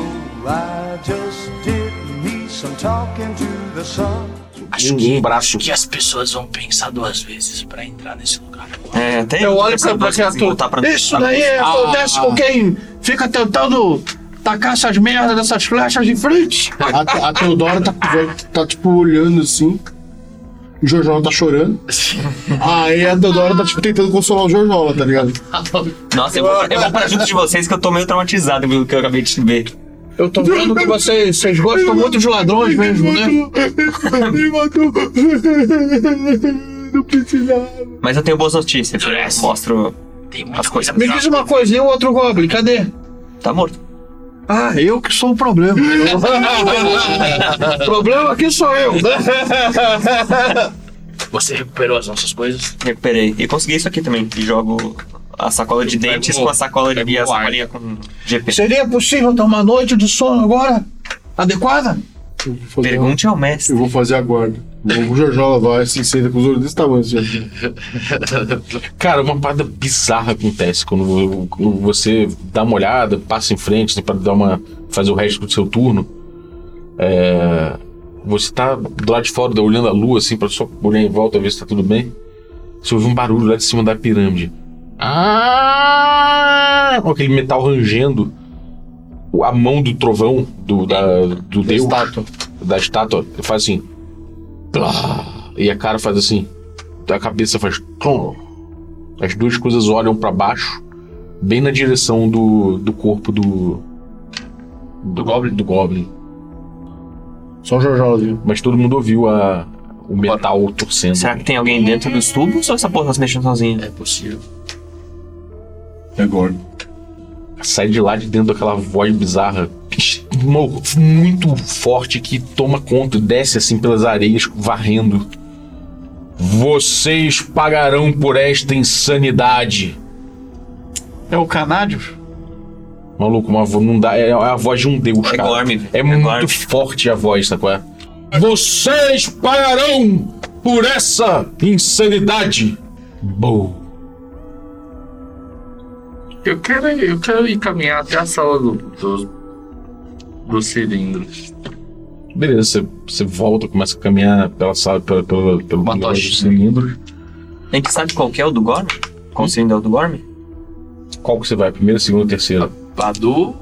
Speaker 9: I just did me some talking to the sun.
Speaker 2: Um, um braço.
Speaker 7: que as pessoas vão pensar duas vezes pra entrar nesse lugar.
Speaker 6: É, até
Speaker 1: Eu olho pra,
Speaker 6: pensando
Speaker 1: pra
Speaker 6: duas vezes em
Speaker 1: criatura.
Speaker 6: voltar pra-
Speaker 1: Isso daí acontece com quem fica tentando tacar essas merdas dessas flechas de frente.
Speaker 5: A, a Teodora tá, tá, tipo olhando assim. O Jorjola tá chorando. Aí a Teodora tá tipo tentando consolar o Jorjola, tá ligado?
Speaker 6: Nossa, eu vou, eu vou pra junto de vocês que eu tô meio traumatizado pelo que eu acabei de ver.
Speaker 1: Eu tô vendo que vocês, vocês gostam muito de ladrões
Speaker 5: Tipo,
Speaker 1: mesmo, né?
Speaker 5: Me matou. Não precisava.
Speaker 6: Mas eu tenho boas notícias. Eu mostro as coisas.
Speaker 1: Me diz uma coisa, e o outro Goblin, cadê?
Speaker 6: Tá morto.
Speaker 1: Ah, eu que sou o problema. (laughs) O problema aqui sou eu.
Speaker 7: Você recuperou as nossas coisas?
Speaker 6: Recuperei. É, E consegui isso aqui também. E jogo a sacola de
Speaker 7: Pega
Speaker 6: dentes
Speaker 7: o-
Speaker 6: com a sacola de
Speaker 7: pega
Speaker 6: e a
Speaker 7: o ar.
Speaker 6: sacolinha com GP.
Speaker 1: Seria possível ter uma noite de sono agora? Adequada?
Speaker 6: Pergunte ao
Speaker 5: Eu
Speaker 6: mestre.
Speaker 5: vou fazer a guarda. O Jorjola vai, se senta com os olhos desse tamanho assim.
Speaker 2: Cara, uma parada bizarra acontece quando vo- quando você dá uma olhada, passa em frente assim, pra dar uma fazer o resto do seu turno. É, você tá do lado de fora, da- olhando a lua assim para só olhar em volta ver se tá tudo bem. Você ouve um barulho lá de cima da pirâmide. Ah! Com aquele metal rangendo. O- A mão do trovão do, da, do deus
Speaker 5: estátua.
Speaker 2: da estátua faz assim. Plá! E a cara faz assim. A cabeça faz. clom. As duas coisas olham pra baixo, bem na direção do, do corpo do. Do Goblin? Do Goblin.
Speaker 5: Só o Jorjola viu.
Speaker 2: Mas todo mundo ouviu a, o metal torcendo.
Speaker 6: Será que tem alguém dentro dos tubos ou essa porra tá se mexendo sozinha?
Speaker 7: É possível.
Speaker 5: E agora?
Speaker 2: sai de lá de dentro daquela voz bizarra, mo- muito forte, que toma conta, desce assim pelas areias, varrendo. Vocês pagarão por esta insanidade.
Speaker 1: É o Canádio?
Speaker 2: Maluco, uma, vo- não dá, é é a voz de um deus,
Speaker 6: É
Speaker 2: cara.
Speaker 6: enorme,
Speaker 2: É
Speaker 6: é
Speaker 2: muito
Speaker 6: enorme.
Speaker 2: forte a voz, sacou? é? Vocês pagarão por essa insanidade. Bom.
Speaker 7: Eu quero, eu quero ir caminhar até a sala do, dos, dos cilindros.
Speaker 2: Beleza, você, você volta, começa a caminhar pela sala, pela, pela, pelo
Speaker 7: Uma
Speaker 2: negócio
Speaker 7: tocha.
Speaker 2: do cilindro.
Speaker 6: A gente sabe qual que é o do Gorm? Qual cilindro é o do Gorm?
Speaker 2: Qual que você vai? Primeiro, segundo, terceiro?
Speaker 7: A do.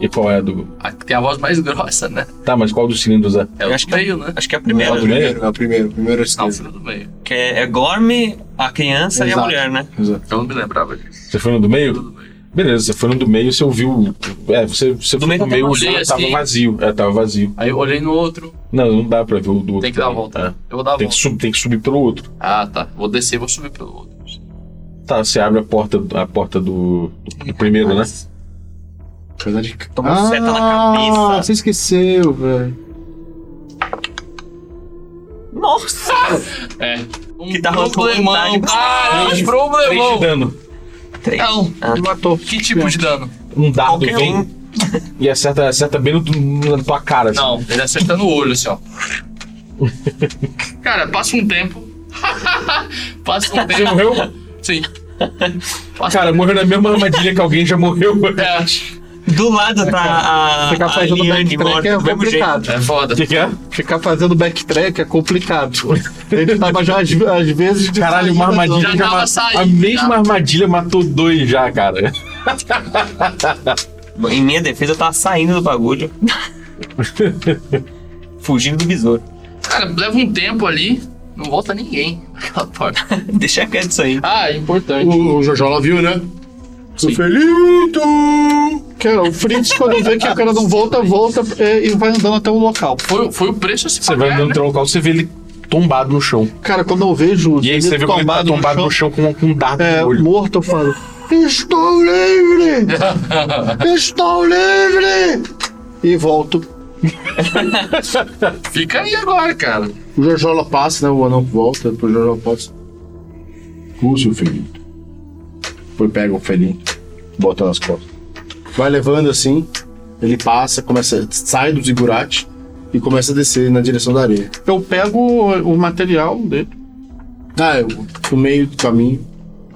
Speaker 2: E qual é a do.
Speaker 7: A que tem a voz mais grossa, né?
Speaker 2: Tá, mas qual dos cilindros é?
Speaker 7: É o
Speaker 6: Eu
Speaker 7: do
Speaker 6: acho que-
Speaker 7: meio, né?
Speaker 6: Acho que é o
Speaker 5: É
Speaker 6: primeiro.
Speaker 5: o primeiro, é o primeiro. O primeiro é esse.
Speaker 7: Não, o filho do meio.
Speaker 6: Que é, é Gorm, a criança e a
Speaker 5: Exato.
Speaker 6: mulher, né?
Speaker 5: Exato.
Speaker 7: Eu não me lembrava disso.
Speaker 2: Você foi no do meio? Beleza, você foi no do meio, você ouviu. É, você, você
Speaker 6: Do
Speaker 2: foi
Speaker 6: meio
Speaker 2: no
Speaker 6: tá
Speaker 2: meio,
Speaker 7: vazio,
Speaker 2: tava
Speaker 7: assim.
Speaker 2: vazio. É, tava vazio.
Speaker 7: Aí eu olhei no outro,
Speaker 2: Não, não dá pra ver o do outro.
Speaker 7: tem que dar a
Speaker 2: também.
Speaker 7: volta. né? Tá
Speaker 2: É.
Speaker 7: Eu vou dar a
Speaker 2: Tem que,
Speaker 7: volta.
Speaker 2: sub, tem que subir pelo outro.
Speaker 7: Ah, tá. Vou descer e vou subir pelo outro.
Speaker 2: Tá, você abre a porta, a porta do, do primeiro, né?
Speaker 5: Coisa de-
Speaker 6: Tomou um seta na cabeça.
Speaker 5: Ah, você esqueceu, velho.
Speaker 6: Nossa!
Speaker 7: É. Um
Speaker 6: Que dá uma
Speaker 7: problemão.
Speaker 6: vontade.
Speaker 7: Caralho, um
Speaker 2: Três de
Speaker 7: problemão.
Speaker 2: dano.
Speaker 6: Três.
Speaker 7: Não,
Speaker 6: Ah.
Speaker 7: ele matou. Que tipo de dano?
Speaker 2: Um dado
Speaker 6: Qualquer
Speaker 2: vem
Speaker 6: um.
Speaker 2: e acerta, acerta bem no- na tua cara. assim.
Speaker 7: Não, ele acerta no olho, assim, ó. Cara, passa um tempo. (laughs) passa um
Speaker 2: Você
Speaker 7: tempo.
Speaker 2: morreu?
Speaker 7: Sim. Passa
Speaker 2: Cara, morreu na mesma armadilha que alguém já morreu.
Speaker 7: É,
Speaker 6: Do lado tá a.
Speaker 1: Ficar
Speaker 6: a
Speaker 1: fazendo
Speaker 6: Eliane
Speaker 1: backtrack
Speaker 6: morta,
Speaker 1: é
Speaker 6: do mesmo jeito.
Speaker 1: complicado.
Speaker 7: é foda.
Speaker 2: O (laughs) que, que é?
Speaker 1: Ficar fazendo backtrack é complicado. Ele tava já às, às vezes de
Speaker 2: Caralho, uma
Speaker 1: saída do-
Speaker 2: armadilha.
Speaker 7: Já
Speaker 2: já
Speaker 7: tava
Speaker 2: ma- a
Speaker 7: saindo,
Speaker 2: mesma
Speaker 7: já.
Speaker 2: armadilha matou dois já, cara.
Speaker 6: Em minha defesa, eu tava saindo do bagulho. Fugindo do besouro.
Speaker 7: Cara, leva um tempo ali, não volta ninguém naquela porta.
Speaker 6: (laughs) Deixa quieto isso aí.
Speaker 7: (laughs) Ah, é importante.
Speaker 5: O, o Jojola viu, né? Sou Felito!
Speaker 1: Cara, o Fritz, quando vê que o cara não volta, volta é, e vai andando até o local.
Speaker 7: Foi, foi o preço a se
Speaker 2: Você vai
Speaker 7: pagar,
Speaker 2: andando
Speaker 7: né?
Speaker 2: pelo local, você vê ele tombado no chão.
Speaker 1: Cara, quando eu vejo
Speaker 2: E aí você vê como ele tá tombado no chão com, com um dardo
Speaker 1: é,
Speaker 2: no olho.
Speaker 1: morto, eu falo: Estou livre! Estou livre! E volto.
Speaker 7: Fica aí agora, cara.
Speaker 5: O Jojola passa, né? O anão volta, depois o Jojola passa. Use o Felito. Depois pega o Felito, bota nas costas. Vai levando assim, ele passa, começa, sai do zigurate e começa a descer na direção da areia.
Speaker 1: Eu pego o, o material dele.
Speaker 5: Ah, eu, no meio do caminho,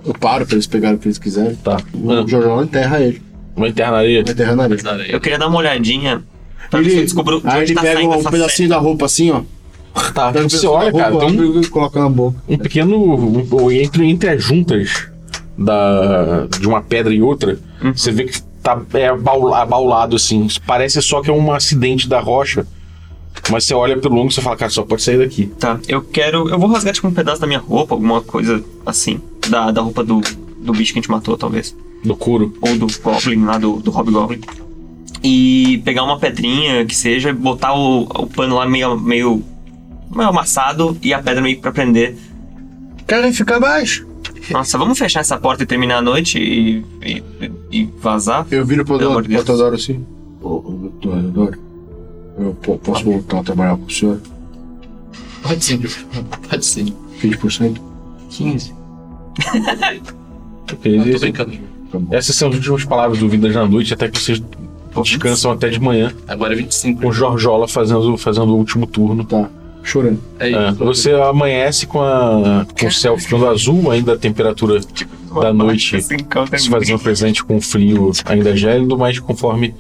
Speaker 5: eu paro pra eles pegarem o que eles quiserem.
Speaker 2: Tá.
Speaker 6: Ah.
Speaker 5: O Jojola enterra ele,
Speaker 2: Uma interna areia.
Speaker 5: vai enterrar na areia.
Speaker 6: Eu queria dar uma olhadinha. Pra ver se eu
Speaker 5: Ele,
Speaker 6: descubro de
Speaker 5: aí
Speaker 6: onde
Speaker 5: ele
Speaker 6: tá
Speaker 5: pega
Speaker 6: saindo
Speaker 5: um
Speaker 6: essa
Speaker 5: pedacinho da roupa assim, ó.
Speaker 2: Tá.
Speaker 5: Pega um
Speaker 2: Você
Speaker 5: pedacinho
Speaker 2: olha,
Speaker 5: da
Speaker 2: cara,
Speaker 5: roupa,
Speaker 2: tem um,
Speaker 5: abre e coloca na boca.
Speaker 2: um pequeno. um- entre, entre as juntas da, de uma pedra e outra,
Speaker 1: Uhum.
Speaker 2: você vê que tá é, abaul- abaulado assim. Parece só que é um acidente da rocha. Mas você olha pelo longo e você fala, cara, só pode sair daqui.
Speaker 6: Tá, eu quero. Eu vou rasgar tipo um pedaço da minha roupa, alguma coisa assim. Da, da roupa do, do bicho que a gente matou, talvez.
Speaker 2: No couro.
Speaker 6: Ou do Goblin lá, do, do Hobgoblin. E pegar uma pedrinha que seja, botar o, o pano lá meio, meio. meio amassado e a pedra meio pra prender.
Speaker 5: Querem ficar baixo?
Speaker 6: Nossa, vamos fechar essa porta e terminar a noite e. e, e vazar?
Speaker 5: Eu viro pro
Speaker 6: Pelo
Speaker 5: Teodoro
Speaker 6: amor de Deus.
Speaker 5: pro Teodoro assim. Ô, ô, doutor Teodoro, eu po- posso voltar a trabalhar com o senhor?
Speaker 7: Pode sim, pode sim.
Speaker 5: 20%? (laughs)
Speaker 7: 15.
Speaker 2: Ok,
Speaker 7: Tô
Speaker 2: esse-
Speaker 7: brincando.
Speaker 2: Essas são as últimas palavras do Vidas na Noite, até que vocês descansam até de manhã,
Speaker 7: Agora é 25.
Speaker 2: com o Jorjola fazendo, fazendo o último turno.
Speaker 5: Tá, chorando.
Speaker 7: É isso.
Speaker 2: É, você amanhece com, a, com o céu ficando azul, ainda a temperatura da noite
Speaker 6: Assim, calma,
Speaker 2: se fazendo presente com o frio ainda gélido, mas conforme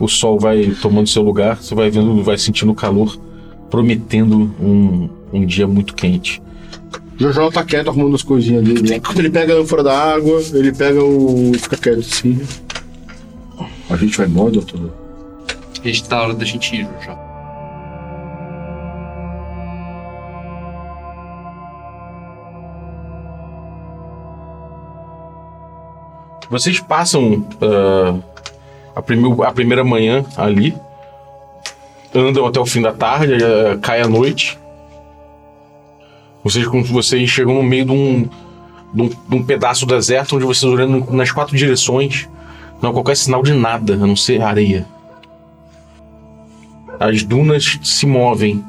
Speaker 2: o sol vai tomando seu lugar, você vai vendo, vai sentindo o calor, prometendo um, um dia muito quente.
Speaker 5: O Jojola tá quieto arrumando as coisinhas dele. né? Ele pega a ânfora da água, ele pega o. fica quieto assim. A gente vai embora, doutor?
Speaker 7: A gente tá na hora da gente ir já.
Speaker 2: Vocês passam ah, a, prime- a primeira manhã ali, andam até o fim da tarde, ah, cai a noite. Vocês, quando vocês chegam no meio de um, de um, de um pedaço do deserto onde vocês olhando nas quatro direções não há qualquer sinal de nada, a não ser areia. As dunas se movem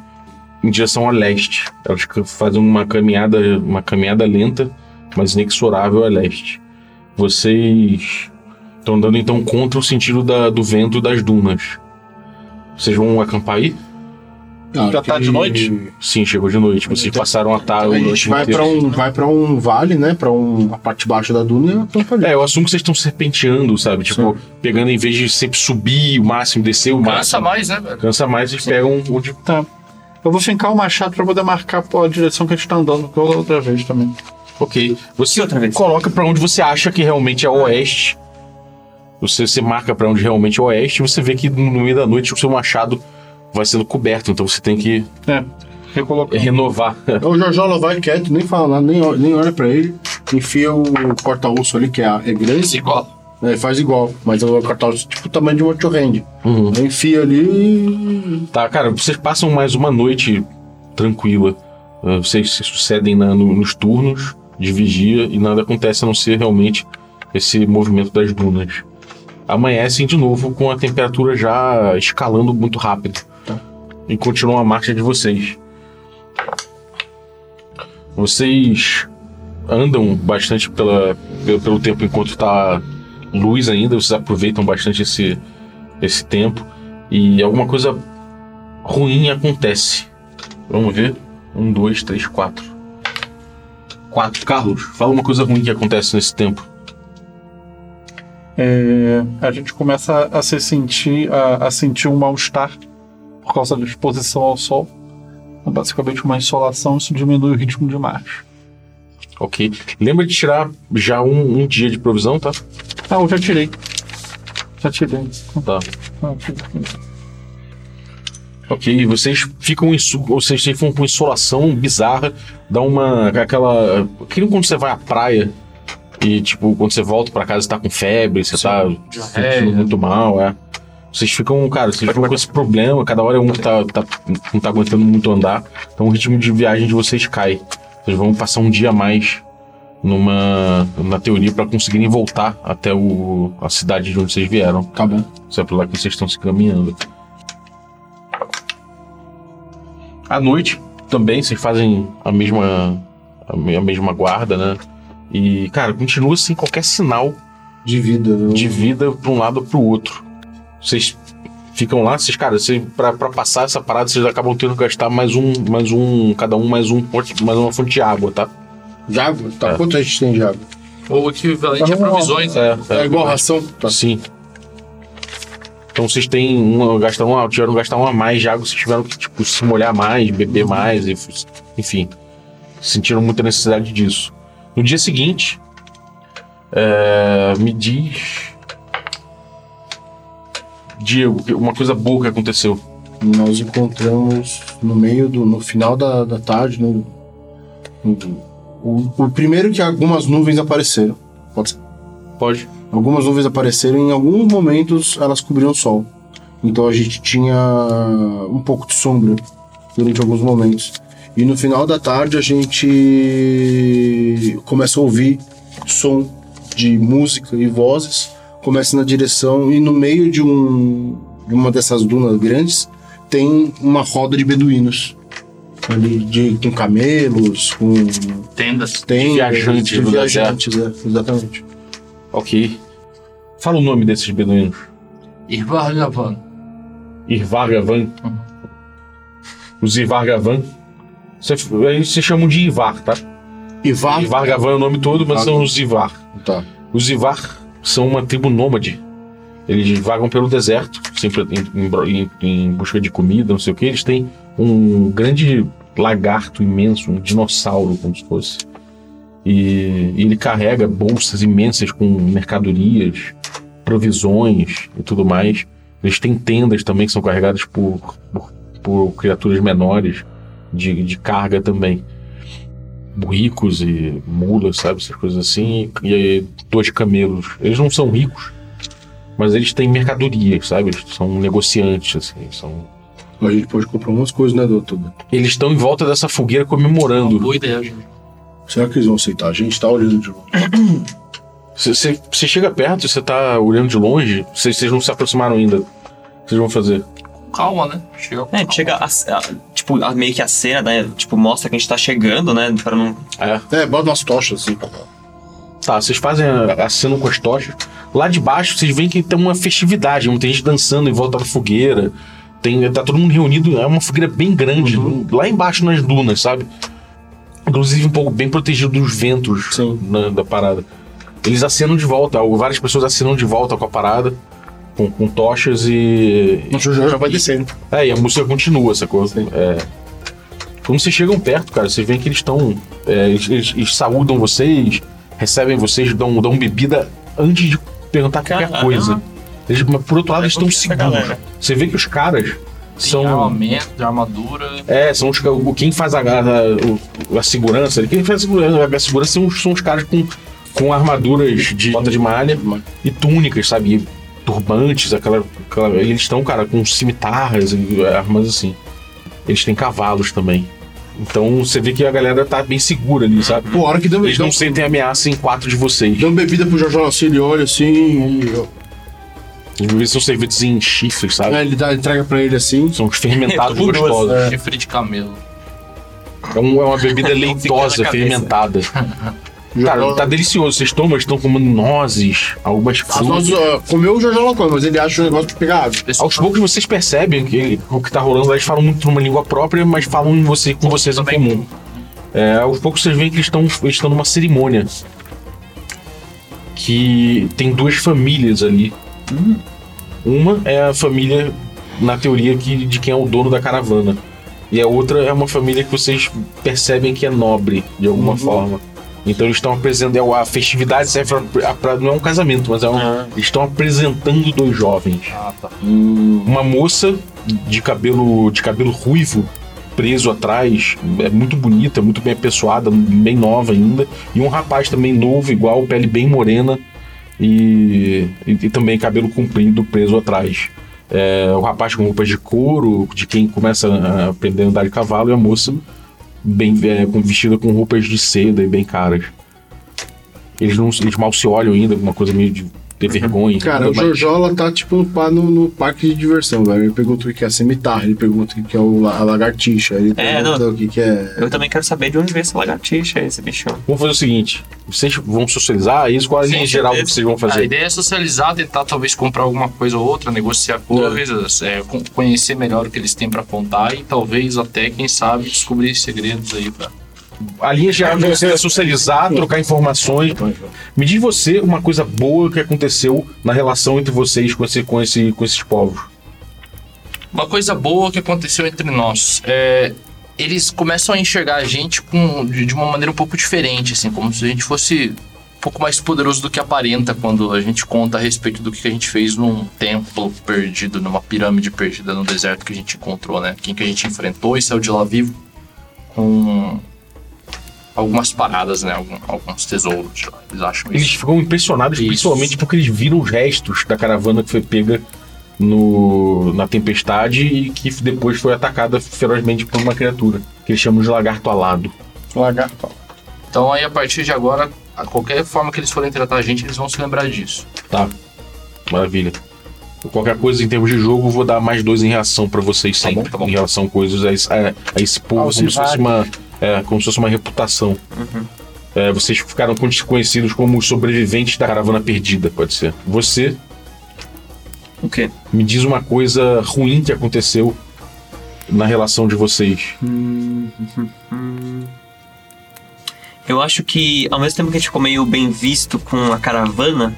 Speaker 2: em direção a leste. Elas ca- fazem uma caminhada, uma caminhada lenta, mas inexorável a leste. Vocês estão andando então contra o sentido da- do vento e das dunas. Vocês vão acampar aí?
Speaker 1: Já tá de noite?
Speaker 2: Sim, chegou de noite. Vocês passaram a
Speaker 6: É
Speaker 2: tarde.
Speaker 5: A
Speaker 2: noite
Speaker 5: gente vai
Speaker 2: inteira.
Speaker 5: pra, um, vai pra um vale, né? Pra um, a parte baixa da duna e acampa ali.
Speaker 2: É, eu assumo que vocês estão serpenteando, sabe? Tipo, pegando em vez de sempre subir o máximo, descer o
Speaker 7: Cansa
Speaker 2: máximo.
Speaker 7: mais, né, velho?
Speaker 2: Cansa mais, vocês pegam um onde.
Speaker 1: Tá. Eu vou fincar o machado pra poder marcar a direção que a gente tá andando, igual da outra vez também.
Speaker 2: Ok. Você
Speaker 6: E outra vez?
Speaker 2: coloca pra onde você acha que realmente é o oeste. Você, você marca pra onde realmente é o oeste e você vê que no meio da noite o seu machado vai sendo coberto. Então você tem que
Speaker 1: É. Recolocar.
Speaker 2: renovar.
Speaker 6: É.
Speaker 5: Então O Jorjola vai quieto, nem fala nada, nem, ol- nem olha pra ele. Enfia o corta-osso ali, que é, a- é grande.
Speaker 7: Igual.
Speaker 5: né, faz igual, mas o corta-osso tipo o tamanho de uma torrente. Enfia ali e.
Speaker 2: Tá, cara, vocês passam mais uma noite tranquila. Ah, Vocês se sucedem na- no- nos turnos de vigia e nada acontece a não ser realmente esse movimento das dunas. Amanhecem de novo com a temperatura já escalando muito rápido. E continuam a marcha de vocês. Vocês andam bastante pela, pelo, pelo tempo enquanto tá luz ainda, vocês aproveitam bastante esse, esse tempo. E alguma coisa ruim acontece. Vamos ver. Um, dois, três, quatro. Quatro. Carlos, fala uma coisa ruim que acontece nesse tempo.
Speaker 1: É, a gente começa a se sentir, a, a sentir um mal-estar por causa da exposição ao sol. É Basicamente uma insolação, isso diminui o ritmo de marcha.
Speaker 2: Ok. Lembra de tirar já um, um dia de provisão, tá?
Speaker 1: Ah, eu já tirei. Já tirei.
Speaker 2: Tá.
Speaker 1: Ah, tirei.
Speaker 2: Ok. E vocês ficam em su- ou vocês ficam com insolação bizarra. Dá uma. aquela. Aquilo quando você vai à praia. E, tipo, quando você volta pra casa, você tá com febre, você tá se sentindo muito mal, é. Vocês ficam, cara, vocês ficam com esse problema, cada hora um que tá, tá- não tá aguentando muito andar, então o ritmo de viagem de vocês cai. Vocês vão passar um dia a mais numa, na teoria pra conseguirem voltar até o, a cidade de onde vocês vieram.
Speaker 5: Tá bom.
Speaker 2: Isso é por lá que vocês estão se caminhando. À noite também vocês fazem a mesma a me- a mesma guarda, né? E cara, continua sem qualquer sinal
Speaker 5: De vida. né?
Speaker 2: de vida para um lado ou para o outro. Vocês ficam lá, vocês cara, vocês para passar essa parada vocês acabam tendo que gastar mais um, mais um, cada um mais um ponte, mais uma fonte de água, tá?
Speaker 5: De água? Tá,
Speaker 2: É.
Speaker 5: quanto a gente tem de água?
Speaker 7: Ou o equivalente
Speaker 5: Tá
Speaker 7: a
Speaker 5: bom,
Speaker 7: provisões, né?
Speaker 5: É, igual ração? Tá.
Speaker 2: Sim. Então vocês têm uma, gastam uma, tiveram que gastar uma a mais de água, vocês tiveram que tipo, se molhar mais, beber mais, e f- enfim. Sentiram muita necessidade disso. No dia seguinte, é, me diz. Diego, que- uma coisa boa que aconteceu.
Speaker 5: Nós encontramos no meio do. no final da, da tarde, no, no- o, o primeiro que algumas nuvens apareceram. Pode ser.
Speaker 2: Pode.
Speaker 5: Algumas nuvens apareceram e em alguns momentos elas cobriam o sol. Então a gente tinha um pouco de sombra durante alguns momentos. E no final da tarde a gente começa a ouvir som de música e vozes. Começa na direção e no meio de, um, de uma dessas dunas grandes tem uma roda de beduínos. Ali de, com camelos, com
Speaker 7: Tendas.
Speaker 5: tendas,
Speaker 2: viajantes
Speaker 5: de
Speaker 2: do
Speaker 5: viajantes, é, exatamente.
Speaker 2: Ok. Fala o nome desses beduínos.
Speaker 7: Irvar Javan.
Speaker 2: Irvargavan. Os Irvargavan. Você- Eles se chamam de Ivar, tá?
Speaker 5: Ivar.
Speaker 2: Ivar Gavan é o nome todo, mas
Speaker 5: Ah,
Speaker 2: são os Ivar.
Speaker 5: Tá.
Speaker 2: Os Ivar são uma tribo nômade. Eles vagam pelo deserto, sempre em, em bro- em- em busca de comida, não sei o que. Eles têm um grande lagarto imenso, um dinossauro, como se fosse. E, e ele carrega bolsas imensas com mercadorias, provisões e tudo mais. Eles têm tendas também que são carregadas por, por- por criaturas menores de, de carga também. Burricos e mulas, sabe? Essas coisas assim. E, e dois camelos. Eles não são ricos, mas eles têm mercadorias, sabe? Eles são negociantes, assim. São...
Speaker 5: A gente pode comprar umas coisas, né, doutor?
Speaker 7: né,
Speaker 2: Eles estão em volta dessa fogueira comemorando.
Speaker 7: Boa ideia, gente.
Speaker 5: Será que eles vão aceitar? A gente tá olhando de novo.
Speaker 2: Você você chega perto, você tá olhando de longe, vocês vocês não se aproximaram ainda. O que Vocês vão fazer.
Speaker 7: Calma, né? Chega com
Speaker 6: É, chega a, a- tipo, a- meio que a cena, né? Tipo, mostra que a gente tá chegando, né? Pra não.
Speaker 2: É.
Speaker 5: É, bota umas tochas assim.
Speaker 2: Tá, vocês fazem a, a cena com as tochas. Lá de baixo, vocês veem que tem uma festividade, tem gente dançando em volta da fogueira. Tem, tá todo mundo reunido, é uma fogueira bem grande,
Speaker 5: Uhum.
Speaker 2: lá embaixo nas dunas, sabe? Inclusive um pouco bem protegido dos ventos na- da parada. Eles acenam de volta, ó, várias pessoas acenam de volta com a parada, com, com tochas e,
Speaker 5: O Jojo já vai descendo.
Speaker 2: é, e a música continua, essa coisa. É. Quando vocês chegam perto, cara, vocês veem que eles estão. é, eles, eles- eles saúdam vocês, recebem vocês, dão, dão bebida antes de perguntar qualquer
Speaker 6: Caramba.
Speaker 2: coisa. Eles, mas por outro lado, eles estão
Speaker 6: conquista a
Speaker 2: seguros.
Speaker 6: galera.
Speaker 2: Você vê que os caras
Speaker 7: Tem
Speaker 2: são.
Speaker 7: armamento, de armadura.
Speaker 2: É, são os, ca- o- quem faz a, a, a, a segurança. ali, Quem faz a segurança, a segurança são, os- são os caras com, com armaduras de bota de malha e túnicas, sabe? E turbantes, aquela. aquela- eles estão, cara, com cimitarras e armas assim. Eles têm cavalos também. Então você vê que a galera tá bem segura ali, sabe?
Speaker 5: Pô, a hora que deu
Speaker 2: Eles
Speaker 5: bebida.
Speaker 2: não sentem ameaça em quatro de vocês.
Speaker 5: Dão bebida pro Jojo assim, ele olha assim. e eu-
Speaker 2: Às vezes são servidos em chifres, sabe?
Speaker 5: Aí né, ele dá, entrega pra ele assim.
Speaker 2: São os
Speaker 7: (laughs)
Speaker 2: fermentados
Speaker 6: Tudo,
Speaker 2: gostosos.
Speaker 5: É.
Speaker 7: Chifre de camelo.
Speaker 2: É, um- é uma
Speaker 6: (laughs)
Speaker 2: bebida
Speaker 6: Fica
Speaker 2: leitosa,
Speaker 6: na cabeça.
Speaker 2: fermentada.
Speaker 5: Jojo-
Speaker 2: Cara, tá delicioso. Vocês tomam, estão comendo nozes, algumas
Speaker 5: As nozes,
Speaker 2: frutas.
Speaker 5: ó, comeu o Jojo não come, mas ele acha um negócio pra pegar água.
Speaker 2: Aos poucos vocês percebem que o que tá rolando lá, eles falam muito numa língua própria, mas falam em você, com vocês em comum. É, aos poucos vocês veem que eles estão eles estão numa cerimônia. Que tem duas famílias ali. Uma é a família, na teoria, que, de quem é o dono da caravana. E a outra é uma família que vocês percebem que é nobre, de alguma forma. Então eles estão apresentando. A festividade serve pra, pra- Não é um casamento, mas é um. Eles estão apresentando dois jovens. Uma moça de cabelo, de cabelo ruivo, preso atrás, é muito bonita, muito bem apessoada, bem nova ainda. E um rapaz também novo, igual, pele bem morena e, e, e também cabelo comprido, preso atrás. É, o rapaz com roupas de couro, de quem começa a aprender a andar de cavalo, e a moça bem é, com- vestida com roupas de seda e bem caras. Eles, não, eles mal se olham ainda, uma coisa meio de ter vergonha.
Speaker 5: Cara, o
Speaker 2: Mas-
Speaker 5: Jojola tá tipo pá no, no parque de diversão, velho. Ele pergunta o que que é a cimitarra, ele pergunta o que que é o la- a lagartixa, ele pergunta
Speaker 6: não.
Speaker 5: o que que é.
Speaker 6: Eu também quero saber de onde veio essa lagartixa, esse bichão.
Speaker 2: Vamos fazer o seguinte: vocês vão socializar isso? Qual a linha
Speaker 6: Sim,
Speaker 2: geral que
Speaker 6: certeza.
Speaker 2: vocês vão
Speaker 7: A
Speaker 2: fazer?
Speaker 7: ideia é socializar, tentar talvez comprar alguma coisa ou outra, negociar coisas,
Speaker 2: Uhum.
Speaker 7: é, con- conhecer melhor o que eles têm pra contar e talvez até, quem sabe, descobrir segredos aí pra.
Speaker 2: A linha geral de vocês é socializar, trocar informações. Me diz você uma coisa boa que aconteceu na relação entre vocês com, esse, com, esse, com esses povos.
Speaker 7: Uma coisa boa que aconteceu entre nós é. Eles começam a enxergar a gente com, de, de uma maneira um pouco diferente, assim, como se a gente fosse um pouco mais poderoso do que aparenta quando a gente conta a respeito do que a gente fez num templo perdido, numa pirâmide perdida no deserto que a gente encontrou, né? Quem que a gente enfrentou e saiu de lá vivo com algumas paradas, né? Algum- alguns tesouros. lá. Eles acham
Speaker 2: Eles
Speaker 7: isso.
Speaker 2: ficam impressionados,
Speaker 7: Isso.
Speaker 2: principalmente porque eles viram os restos da caravana que foi pega no, na tempestade e que depois foi atacada ferozmente por uma criatura que eles chamam de lagarto alado.
Speaker 5: Lagarto.
Speaker 7: Então aí a partir de agora, a qualquer forma que eles forem tratar a gente, eles vão se lembrar disso.
Speaker 2: Tá. Maravilha. Qualquer coisa em termos de jogo, eu vou dar mais dois em reação pra vocês sempre.
Speaker 7: bom, tá bom.
Speaker 2: Em relação a coisas, a esse, a- a esse povo,
Speaker 5: Ao
Speaker 2: como, se fosse
Speaker 5: Zivago.
Speaker 2: uma, é, como se fosse uma reputação.
Speaker 7: Uhum.
Speaker 2: É, vocês ficaram con- conhecidos como os sobreviventes da caravana perdida, pode ser. Você
Speaker 6: O quê?
Speaker 2: me diz uma coisa ruim que aconteceu na relação de vocês.
Speaker 6: Eu acho que, ao mesmo tempo que a gente ficou meio bem visto com a caravana,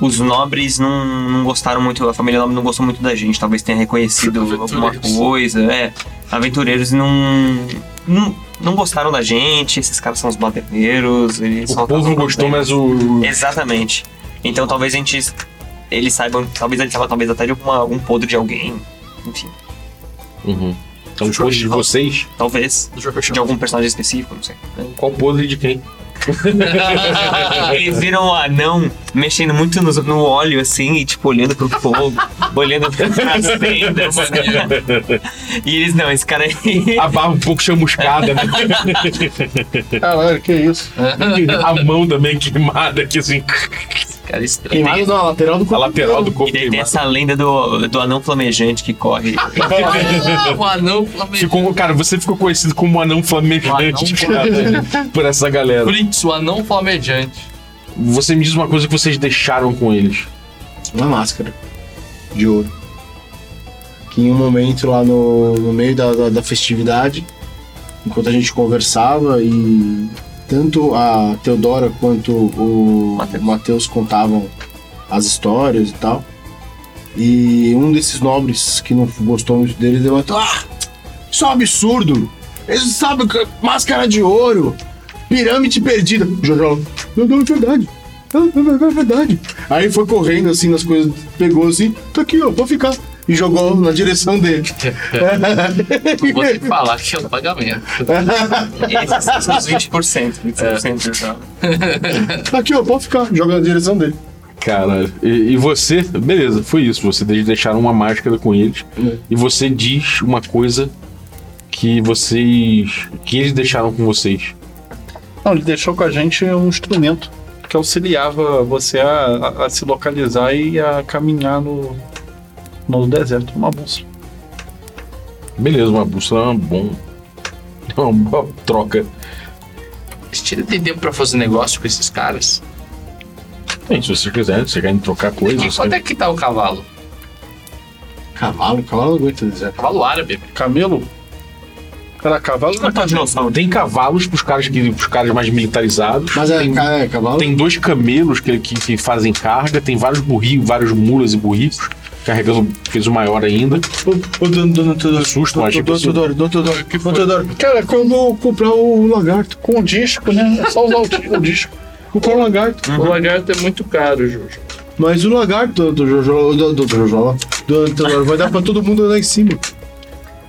Speaker 6: os nobres não, não gostaram muito, a família nobre não gostou muito da gente. Talvez tenha reconhecido alguma
Speaker 7: Aventureiros.
Speaker 6: coisa. É, aventureiros não, não, não gostaram da gente. Esses caras são os baderneiros. Eles
Speaker 2: O
Speaker 6: são
Speaker 2: povo não gostou, mas o.
Speaker 6: Exatamente. Então talvez a gente. Eles saibam. Talvez a gente tava talvez até de alguma, algum podre de alguém. Enfim,
Speaker 2: Uhum. Então, os podres de vocês.
Speaker 6: talvez.
Speaker 7: Deixa eu fechar.
Speaker 6: De algum personagem específico, não sei.
Speaker 2: Qual podre de quem?
Speaker 6: Eles viram o anão mexendo muito no, no óleo, assim, e tipo, olhando pro fogo, (laughs) olhando pras tendas. né?
Speaker 7: (laughs)
Speaker 6: e eles, não, esse cara
Speaker 2: (laughs)
Speaker 6: aí.
Speaker 2: A barba um pouco chamuscada, né?
Speaker 1: (laughs) Caralho, que isso?
Speaker 2: A mão também queimada aqui, assim.
Speaker 6: Esse cara é estranho.
Speaker 5: Queimado não, a lateral do
Speaker 2: A
Speaker 5: corpo.
Speaker 2: lateral do corpo
Speaker 6: E daí tem
Speaker 2: queimada.
Speaker 6: essa lenda do, do anão flamejante que corre.
Speaker 7: Ah, o anão flamejante.
Speaker 2: Ficou, cara, você ficou conhecido como um anão flamejante,
Speaker 6: O
Speaker 2: cara, por essa galera.
Speaker 7: Blitz, o anão flamejante.
Speaker 2: Você me diz uma coisa que vocês deixaram com eles.
Speaker 5: Uma máscara de ouro. Que em um momento lá no, no meio da, da- da festividade, enquanto a gente conversava e tanto a Teodora quanto o
Speaker 6: Mateus.
Speaker 5: Matheus contavam as histórias e tal. E um desses nobres que não gostou muito dele levantou: Ah, isso é um absurdo! Eles sabem que máscara de ouro, pirâmide perdida. Jorjão, não, não, é verdade. Não, não, é verdade. Aí foi correndo assim nas coisas, pegou assim, tá aqui, ó, vou ficar. E jogou na direção dele. (laughs)
Speaker 7: Não vou ter que falar que é um pagamento.
Speaker 6: Esses são os 20%, 20% só.
Speaker 5: Tá aqui, ó, pode ficar. Joga na direção dele.
Speaker 2: Cara, e, e você, beleza, foi isso. Você de- deixaram uma máscara com eles.
Speaker 1: É.
Speaker 2: E você diz uma coisa que vocês. que eles deixaram com vocês.
Speaker 1: Não, ele deixou com a gente um instrumento que auxiliava você a, a- a se localizar e a caminhar no, no deserto, uma bolsa.
Speaker 2: Beleza, uma bússola é uma bom. (laughs) É uma boa troca.
Speaker 7: Esse tira tem tempo pra fazer negócio com esses caras.
Speaker 2: Bem, se vocês quiserem, se querem trocar
Speaker 7: E
Speaker 2: coisas.
Speaker 7: quanto é que tá o cavalo?
Speaker 5: Cavalo, cavalo não aguenta deserto.
Speaker 7: Cavalo árabe.
Speaker 1: Camelo? Era cavalo?
Speaker 6: Não tá dinossauro.
Speaker 2: Tem cavalos pros caras, que, pros caras mais militarizados.
Speaker 5: Mas é, ca- é cavalo?
Speaker 2: Tem dois camelos que, que, que fazem carga, tem vários burrinhos, vários mulas e burritos, carregando fez o maior ainda.
Speaker 5: Ô, dona, dona Teodoro.
Speaker 2: Susto, mas tipo
Speaker 5: Dona
Speaker 2: assim,
Speaker 5: Teodoro, dona Teodoro. Dona Teodoro.
Speaker 1: Cara, é como
Speaker 5: Comprar o lagarto.
Speaker 1: com o disco, né? É Só usar o, di- o disco.
Speaker 5: Comprar o lagarto.
Speaker 1: Uhum.
Speaker 7: O lagarto é muito caro, Juju.
Speaker 5: Mas o lagarto, do Jojola. Do, do Jojola. Dona Teodoro, vai dar pra todo mundo lá em cima.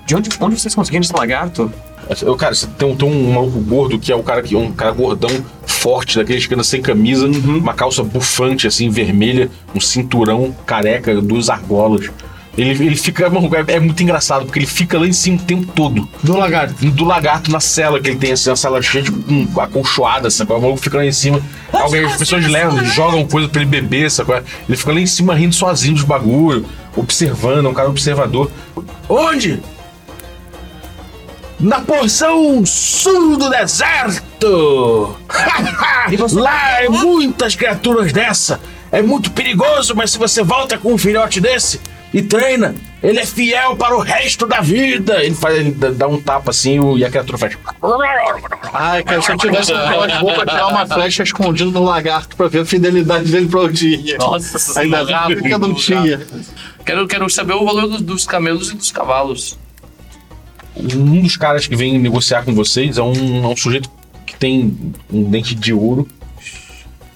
Speaker 6: De onde, onde vocês conseguiram esse lagarto?
Speaker 2: Eu, cara, você tem, um- tem um maluco gordo que é o cara que é um cara gordão forte, daqueles que anda sem camisa,
Speaker 5: Uhum.
Speaker 2: uma calça bufante, assim, vermelha, um cinturão careca, duas argolas. Ele, ele fica, (laughs) mano, é é muito engraçado, porque ele fica lá em cima o tempo todo.
Speaker 5: Do lagarto.
Speaker 2: do lagarto na cela que ele tem, assim, uma cela cheia de hum, acolchoada, sacou? O maluco fica lá em cima. Alguém, as pessoas levam, jogam coisa pra ele beber, sacou? Ele fica lá em cima rindo sozinho dos bagulho, observando, é um cara observador. Onde? Na porção sul do deserto! (laughs) lá é muitas criaturas dessa! É muito perigoso, mas se você volta com um filhote desse e treina, ele é fiel para o resto da vida! Ele, faz, ele dá- dá um tapa assim o- e a criatura faz.
Speaker 1: Ai, cara, se eu tivesse um relógio de boa pra tirar uma flecha escondida no lagarto pra ver a fidelidade dele pra onde ia.
Speaker 7: Nossa,
Speaker 1: Ainda
Speaker 7: lagarto,
Speaker 1: bem que eu não
Speaker 7: lagarto.
Speaker 1: tinha.
Speaker 7: Quero, quero saber o valor do- dos camelos e dos cavalos.
Speaker 2: Um dos caras que vem negociar com vocês é um, é um sujeito que tem um dente de ouro.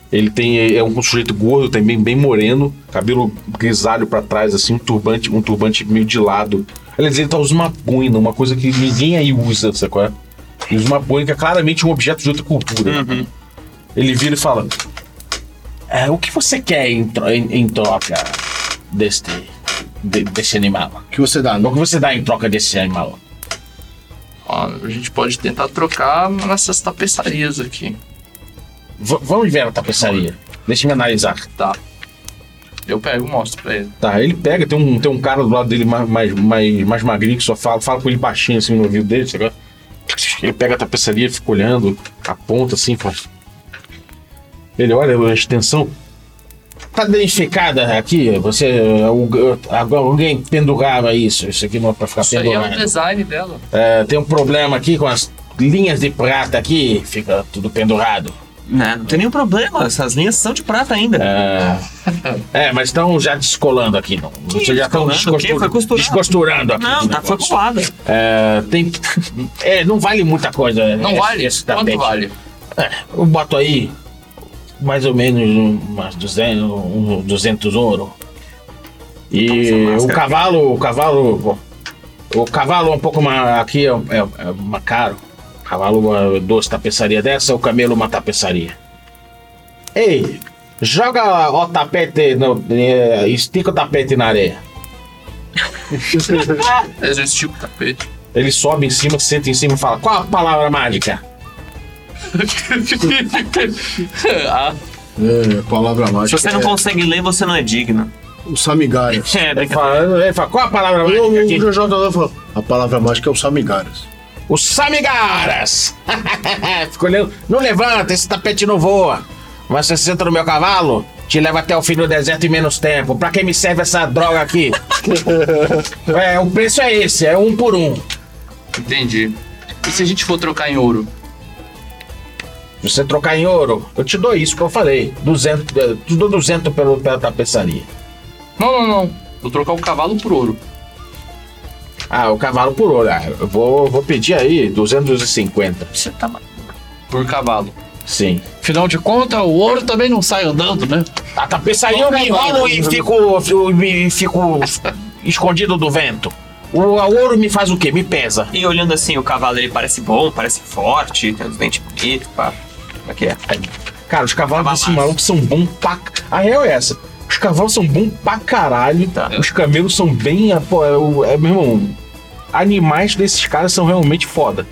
Speaker 2: Ele tem é um sujeito gordo, também bem moreno, cabelo grisalho pra trás, assim, um turbante, um turbante meio de lado. Aliás, ele tá usando uma boina, uma coisa que ninguém aí usa, sacou? é? Ele usa uma boina que é claramente um objeto de outra cultura. Ele vira e fala: "É, O que você quer em, tro- em- em troca deste, de- desse animal?
Speaker 5: Que você dá, né?
Speaker 2: O que você dá em troca desse animal?
Speaker 7: Ó, a gente pode tentar trocar nessas tapeçarias aqui.
Speaker 2: V- vamos ver a tapeçaria. Deixa eu analisar.
Speaker 7: Tá. Eu pego e mostro pra ele.
Speaker 2: Tá, ele pega, tem um, tem um cara do lado dele mais, mais, mais, mais magrinho que só fala, fala com ele baixinho assim no ouvido dele, sabe? Ele pega a tapeçaria, fica olhando, aponta assim, faz. Ele olha a extensão. Tá danificada aqui, você. algu- Alguém pendurava isso, isso aqui não é pra ficar
Speaker 7: Isso aí é o
Speaker 2: pendurado.
Speaker 7: design dela.
Speaker 2: É, tem um problema aqui com as linhas de prata aqui, fica tudo pendurado.
Speaker 6: Né, Não, não tem nenhum problema. Essas linhas são de prata ainda.
Speaker 2: É, mas estão já descolando aqui, não. Vocês já estão
Speaker 6: descolando? O quê? Foi
Speaker 2: descosturando,
Speaker 6: costurado.
Speaker 2: descosturando aqui.
Speaker 6: Não,
Speaker 2: o
Speaker 6: tá, foi
Speaker 2: negócio.
Speaker 6: colada.
Speaker 2: É, tem... é, não vale muita coisa.
Speaker 7: Não
Speaker 2: esse-
Speaker 7: vale?
Speaker 2: Esse
Speaker 7: Quanto
Speaker 2: tapete.
Speaker 7: vale?
Speaker 2: Eu boto aí mais ou menos umas 200, um- 200 ouro. E o
Speaker 6: máscara.
Speaker 2: cavalo, o cavalo, o cavalo é um pouco mais, aqui é, é, é mais caro. Cavalo, é, duas tapeçarias dessa, o camelo, uma tapeçaria. Ei, Joga o tapete, no, eh, estica o tapete na areia.
Speaker 7: Às vezes tipo tapete.
Speaker 2: Ele sobe em cima, senta em cima e fala: Qual a palavra mágica?
Speaker 7: Ah,
Speaker 5: É, palavra
Speaker 6: Se
Speaker 5: mágica.
Speaker 6: você não
Speaker 5: é
Speaker 6: consegue ler, você não é digno.
Speaker 5: o Samigárias.
Speaker 6: É,
Speaker 2: Ele
Speaker 6: daqui a...
Speaker 2: fala, ele fala, Qual a palavra
Speaker 5: E o
Speaker 2: mágica aqui?
Speaker 5: Jojo Tadeu falou, a palavra mágica é o Samigárias.
Speaker 2: O Samigaras! (laughs) Fica olhando. Não levanta, esse tapete não voa. Mas você senta no meu cavalo, te leva até o fim do deserto em menos tempo. Pra quem me serve essa droga aqui? é, o preço é esse, é um por um.
Speaker 7: entendi. E se a gente for trocar em ouro?
Speaker 2: Se você trocar em ouro, eu te dou isso que eu falei. 200, eh, te dou 200 pelo, pela tapeçaria.
Speaker 7: Não, não, não. Vou trocar o cavalo por ouro.
Speaker 2: Ah, o cavalo por ouro. Ah, eu vou, vou pedir aí 250.
Speaker 6: Você tá maluco.
Speaker 7: Por cavalo.
Speaker 2: Sim.
Speaker 1: Afinal de contas, o ouro também não sai andando, né?
Speaker 2: A tapeçaria eu me enrolo e fico, eu me fico escondido do vento. O a ouro me faz o quê? Me pesa.
Speaker 6: E olhando assim, o cavalo ele parece bom, parece forte, tem os dentes bonitos, pá. Como é que é?
Speaker 2: Cara, os cavalos desse
Speaker 6: Cavalaço.
Speaker 2: maluco são bons pra. c- A real é essa. Os cavalos são bons pra caralho.
Speaker 6: Tá.
Speaker 2: Os camelos são bem. a- Pô, é, o- é, meu irmão. Animais desses caras são realmente foda.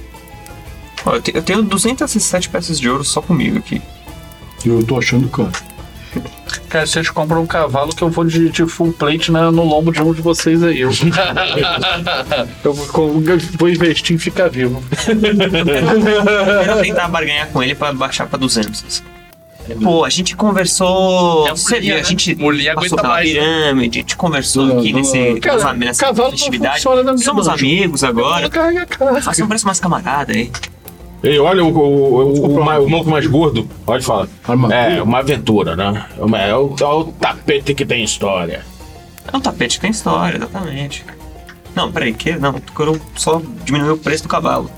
Speaker 6: Ó, eu, te- eu tenho 267 peças de ouro só comigo aqui.
Speaker 5: Eu tô achando caro.
Speaker 1: Cara, vocês compram um cavalo que eu vou de, de full plate na- no lombo de um de vocês aí. Eu, (laughs) eu vou, eu vou investir em ficar vivo.
Speaker 6: Eu quero tentar barganhar com ele pra baixar pra 200. assim.
Speaker 1: É
Speaker 6: Pô, a gente conversou.
Speaker 7: É,
Speaker 6: Você
Speaker 7: mulher,
Speaker 6: viu, a
Speaker 7: né?
Speaker 6: gente
Speaker 7: Mulher
Speaker 6: passou
Speaker 7: aguenta
Speaker 6: pela
Speaker 7: mais, né?
Speaker 6: pirâmide, a gente conversou
Speaker 5: Não,
Speaker 6: aqui
Speaker 5: não,
Speaker 6: nesse,
Speaker 1: Cara,
Speaker 6: nessa, nessa
Speaker 1: cavalo não
Speaker 6: festividade.
Speaker 1: funciona na minha
Speaker 6: Somos
Speaker 1: mão.
Speaker 6: amigos agora.
Speaker 1: Carga, carga.
Speaker 6: Faça um preço mais camarada aí.
Speaker 2: E olha o, o, o, o, ma- o maluco mais gordo. Olha e fala.
Speaker 5: Armadura.
Speaker 2: É, uma aventura, né? É uma- É o, é o tapete que tem história.
Speaker 6: É um tapete que tem história, exatamente. Não, peraí, que? Não, eu quero só diminuir o preço do cavalo.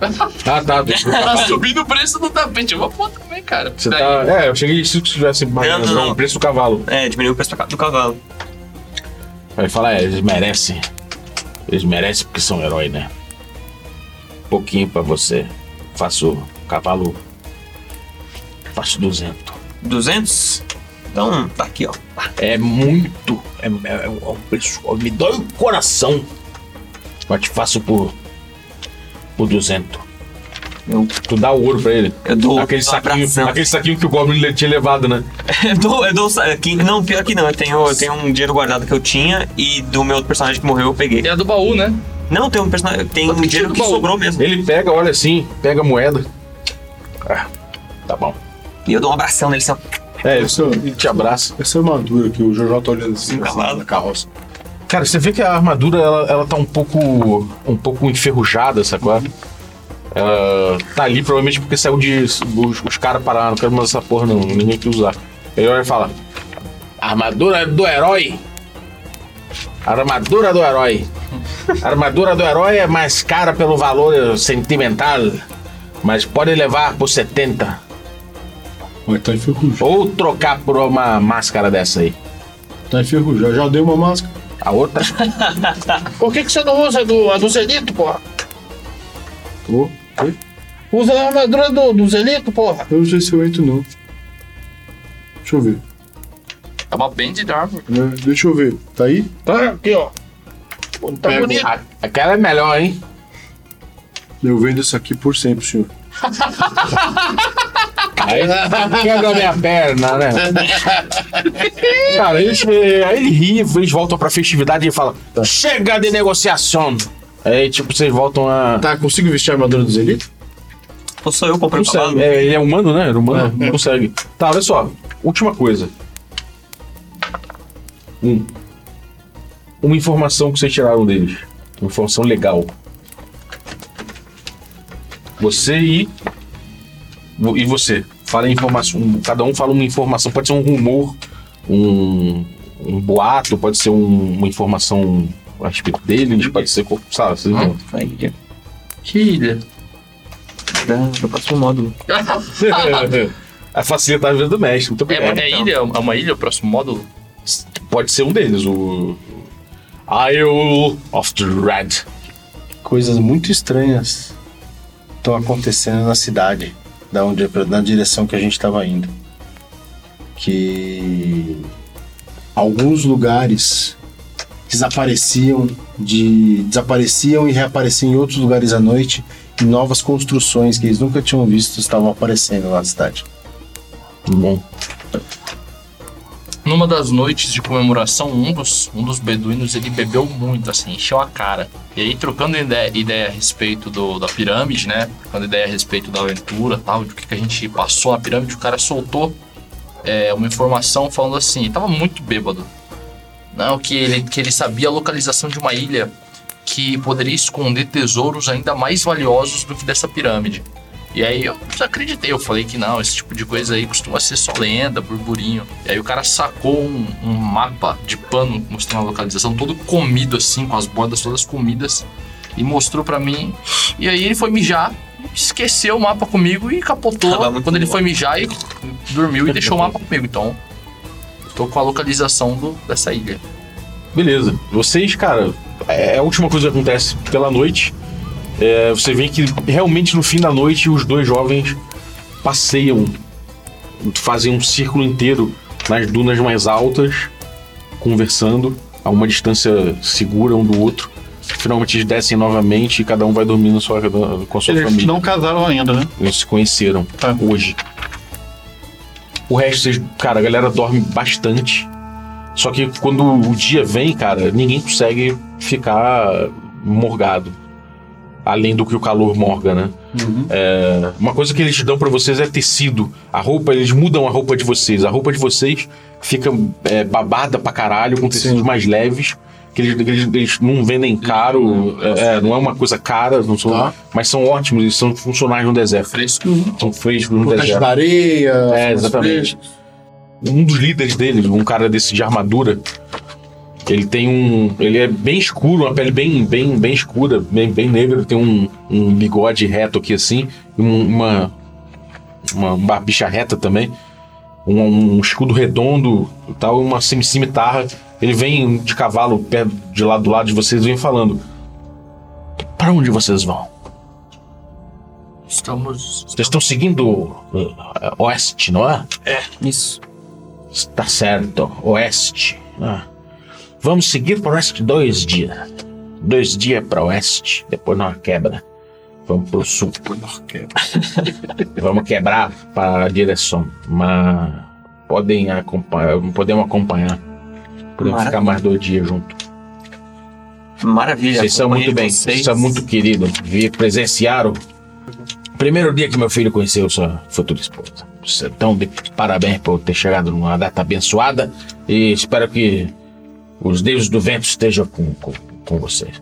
Speaker 2: Ah, tá. Você (laughs)
Speaker 7: (laughs) Tá subindo o preço do tapete. Eu vou pôr também, cara.
Speaker 2: tá. É, eu cheguei se tivesse mais
Speaker 6: não,
Speaker 2: não,
Speaker 6: não.
Speaker 2: o preço do cavalo.
Speaker 6: É, diminuir o preço do ca- do cavalo.
Speaker 2: Aí fala, é, eles merecem. Eles merecem porque são herói, né? Pouquinho pra você. Faço cavalo. Faço 200.
Speaker 6: 200? Então, tá aqui, ó. (laughs)
Speaker 2: É muito. É, é- é um preço. Me dói o coração. Mas te faço por. Por 200.
Speaker 6: Eu,
Speaker 2: Tu dá o ouro pra ele.
Speaker 6: eu dou
Speaker 2: Aquele
Speaker 6: um
Speaker 2: saquinho,
Speaker 6: abração.
Speaker 2: aquele saquinho que o Goblin le- tinha levado, né?
Speaker 6: Eu dou, eu dou é sa- aqui- Não, pior que não. Eu tenho, eu tenho um dinheiro guardado que eu tinha e do meu outro personagem que morreu eu peguei.
Speaker 7: E a do baú, né?
Speaker 6: Não, tem um personagem. Tem um
Speaker 7: que tira
Speaker 6: dinheiro
Speaker 7: do
Speaker 6: que
Speaker 7: baú.
Speaker 6: sobrou mesmo.
Speaker 2: Ele pega, olha assim, pega a moeda. Ah, tá bom.
Speaker 6: E eu dou um abração nele assim, ó.
Speaker 2: É, ele te abraça.
Speaker 5: Essa armadura que o Jojo tá olhando assim,
Speaker 6: Sim, Um cavalo.
Speaker 5: na carroça.
Speaker 2: Cara, você vê que a armadura ela, ela tá um pouco um pouco enferrujada, sacou? Ela tá ali provavelmente porque saiu de os, os caras pararam, não quero mais essa porra não, ninguém quer usar. Ele olha e fala: "Armadura do herói. Armadura do herói. Armadura do herói é mais cara pelo valor sentimental, mas pode levar por 70
Speaker 5: Mas tá enferrujado.
Speaker 2: ou trocar por uma máscara dessa aí.
Speaker 5: Tá enferrujado. Já dei uma máscara.
Speaker 2: A outra
Speaker 8: Por que, que você não usa a do, a do Zelito, porra?
Speaker 5: Tô. Oi?
Speaker 8: Usa a armadura do, do Zelito, porra.
Speaker 5: Eu não sei se eu entro, não. Deixa eu ver.
Speaker 7: É uma band da árvore.
Speaker 5: É, deixa eu ver. Tá aí?
Speaker 8: Tá aqui, ó. Pô, Tá
Speaker 5: Pego.
Speaker 8: bonito.
Speaker 2: A- aquela é melhor, hein?
Speaker 5: Eu vendo essa aqui por sempre, senhor.
Speaker 2: Aí quebra minha perna, né? Cara, eles, eh, aí ele ri, eles voltam pra festividade e fala: Chega de negociação! Aí, tipo, vocês voltam a.
Speaker 5: Tá, consigo vestir a armadura dos Elite?
Speaker 6: Ou sou eu comprei o cavalo?
Speaker 2: Consegue. É, ele é humano, né? Era humano, não consegue. Tá, olha só. Última coisa. Um. Uma informação que vocês tiraram deles. Uma informação legal. Você e. vo- E você. Fala informação. Cada um fala uma informação. Pode ser um rumor, um, um boato, pode ser um- uma informação a respeito deles, pode ser. co- Sabe, vocês vão.
Speaker 6: Aí, já-
Speaker 7: Que ilha.
Speaker 6: dá no próximo módulo.
Speaker 2: (laughs) a É facilitar a vida do mestre. Muito
Speaker 7: É,
Speaker 2: obrigado.
Speaker 7: é ilha? É uma ilha o próximo módulo?
Speaker 2: Pode ser um deles, o. Isle of the Red.
Speaker 10: coisas muito estranhas estão acontecendo na cidade, da onde, na direção que a gente estava indo.
Speaker 5: que alguns lugares desapareciam de desapareciam e reapareciam em outros lugares à noite e novas construções que eles nunca tinham visto estavam aparecendo lá na cidade.
Speaker 2: Bom.
Speaker 7: Numa das noites de comemoração, um dos, um dos beduínos ele bebeu muito, assim, encheu a cara. E aí, trocando ideia, ideia a respeito do, da pirâmide, né? Trocando ideia a respeito da aventura tal, do que, que a gente passou na pirâmide, o cara soltou é, uma informação falando assim, tava muito bêbado. Não, né, que ele, que ele sabia a localização de uma ilha que poderia esconder tesouros ainda mais valiosos do que dessa pirâmide. E aí eu desacreditei, eu falei que não, esse tipo de coisa aí costuma ser só lenda, burburinho. E aí o cara sacou um, um mapa de pano mostrando a localização, todo comido assim, com as bordas todas comidas, e mostrou pra mim. E aí ele foi mijar, esqueceu o mapa comigo e capotou.
Speaker 6: Tava muito
Speaker 7: Quando ele
Speaker 6: bom.
Speaker 7: foi mijar, ele
Speaker 6: (laughs)
Speaker 7: dormiu e deixou o mapa comigo. Então, eu tô com a localização do, dessa ilha.
Speaker 2: Beleza. Vocês, cara, é a última coisa que acontece pela noite. É, você vê que realmente no fim da noite os dois jovens passeiam, fazem um círculo inteiro nas dunas mais altas, conversando a uma distância segura um do outro. Finalmente eles descem novamente e cada um vai dormir na sua, com a sua
Speaker 1: Eles
Speaker 2: família.
Speaker 1: não casaram ainda, né?
Speaker 2: Eles se conheceram hoje. O resto, vocês, cara, a galera dorme bastante. Só que quando o dia vem, cara, ninguém consegue ficar morgado. Além do que o calor morga, né? É, uma coisa que eles dão pra vocês é tecido. A roupa, eles mudam a roupa de vocês. A roupa de vocês fica é, babada pra caralho, com tecidos mais leves. Que eles, que eles- eles não vendem caro, é, é, não é uma coisa cara, não são, mas são ótimos, eles são funcionários no deserto.
Speaker 7: Fresco.
Speaker 2: São frescos no
Speaker 5: Pontas
Speaker 2: deserto.
Speaker 5: de areia,
Speaker 2: É,
Speaker 5: umas
Speaker 2: exatamente. Um dos líderes deles, um cara desse de armadura, ele tem um. Ele é bem escuro, uma pele bem, bem, bem escura, bem, bem negra, tem um, um bigode reto aqui assim, e um- uma. Uma barbicha reta também, um, um escudo redondo e tal, e uma semi- cimitarra. Ele vem de cavalo perto de lá do lado de vocês e vem falando. Para onde vocês vão?
Speaker 7: Estamos.
Speaker 2: Vocês estão seguindo uh, oeste, não é?
Speaker 6: Isso.
Speaker 2: Está certo, oeste. Ah. Vamos seguir para o oeste dois dias. Dois dias para oeste, depois nós quebra. Vamos para o sul. Depois nós quebra. (laughs) Vamos quebrar para a direção. Mas podem acompanhar, podemos acompanhar. Podemos
Speaker 6: Maravilha.
Speaker 2: ficar mais dois dias junto.
Speaker 6: Maravilha.
Speaker 2: Vocês são muito
Speaker 6: acompanhei
Speaker 2: bem,
Speaker 6: vocês.
Speaker 2: vocês são muito queridos. Vi presenciar o primeiro dia que meu filho conheceu sua futura esposa. Vocês estão de parabéns por ter chegado numa data abençoada e espero que os deuses do vento estejam com, com, com vocês.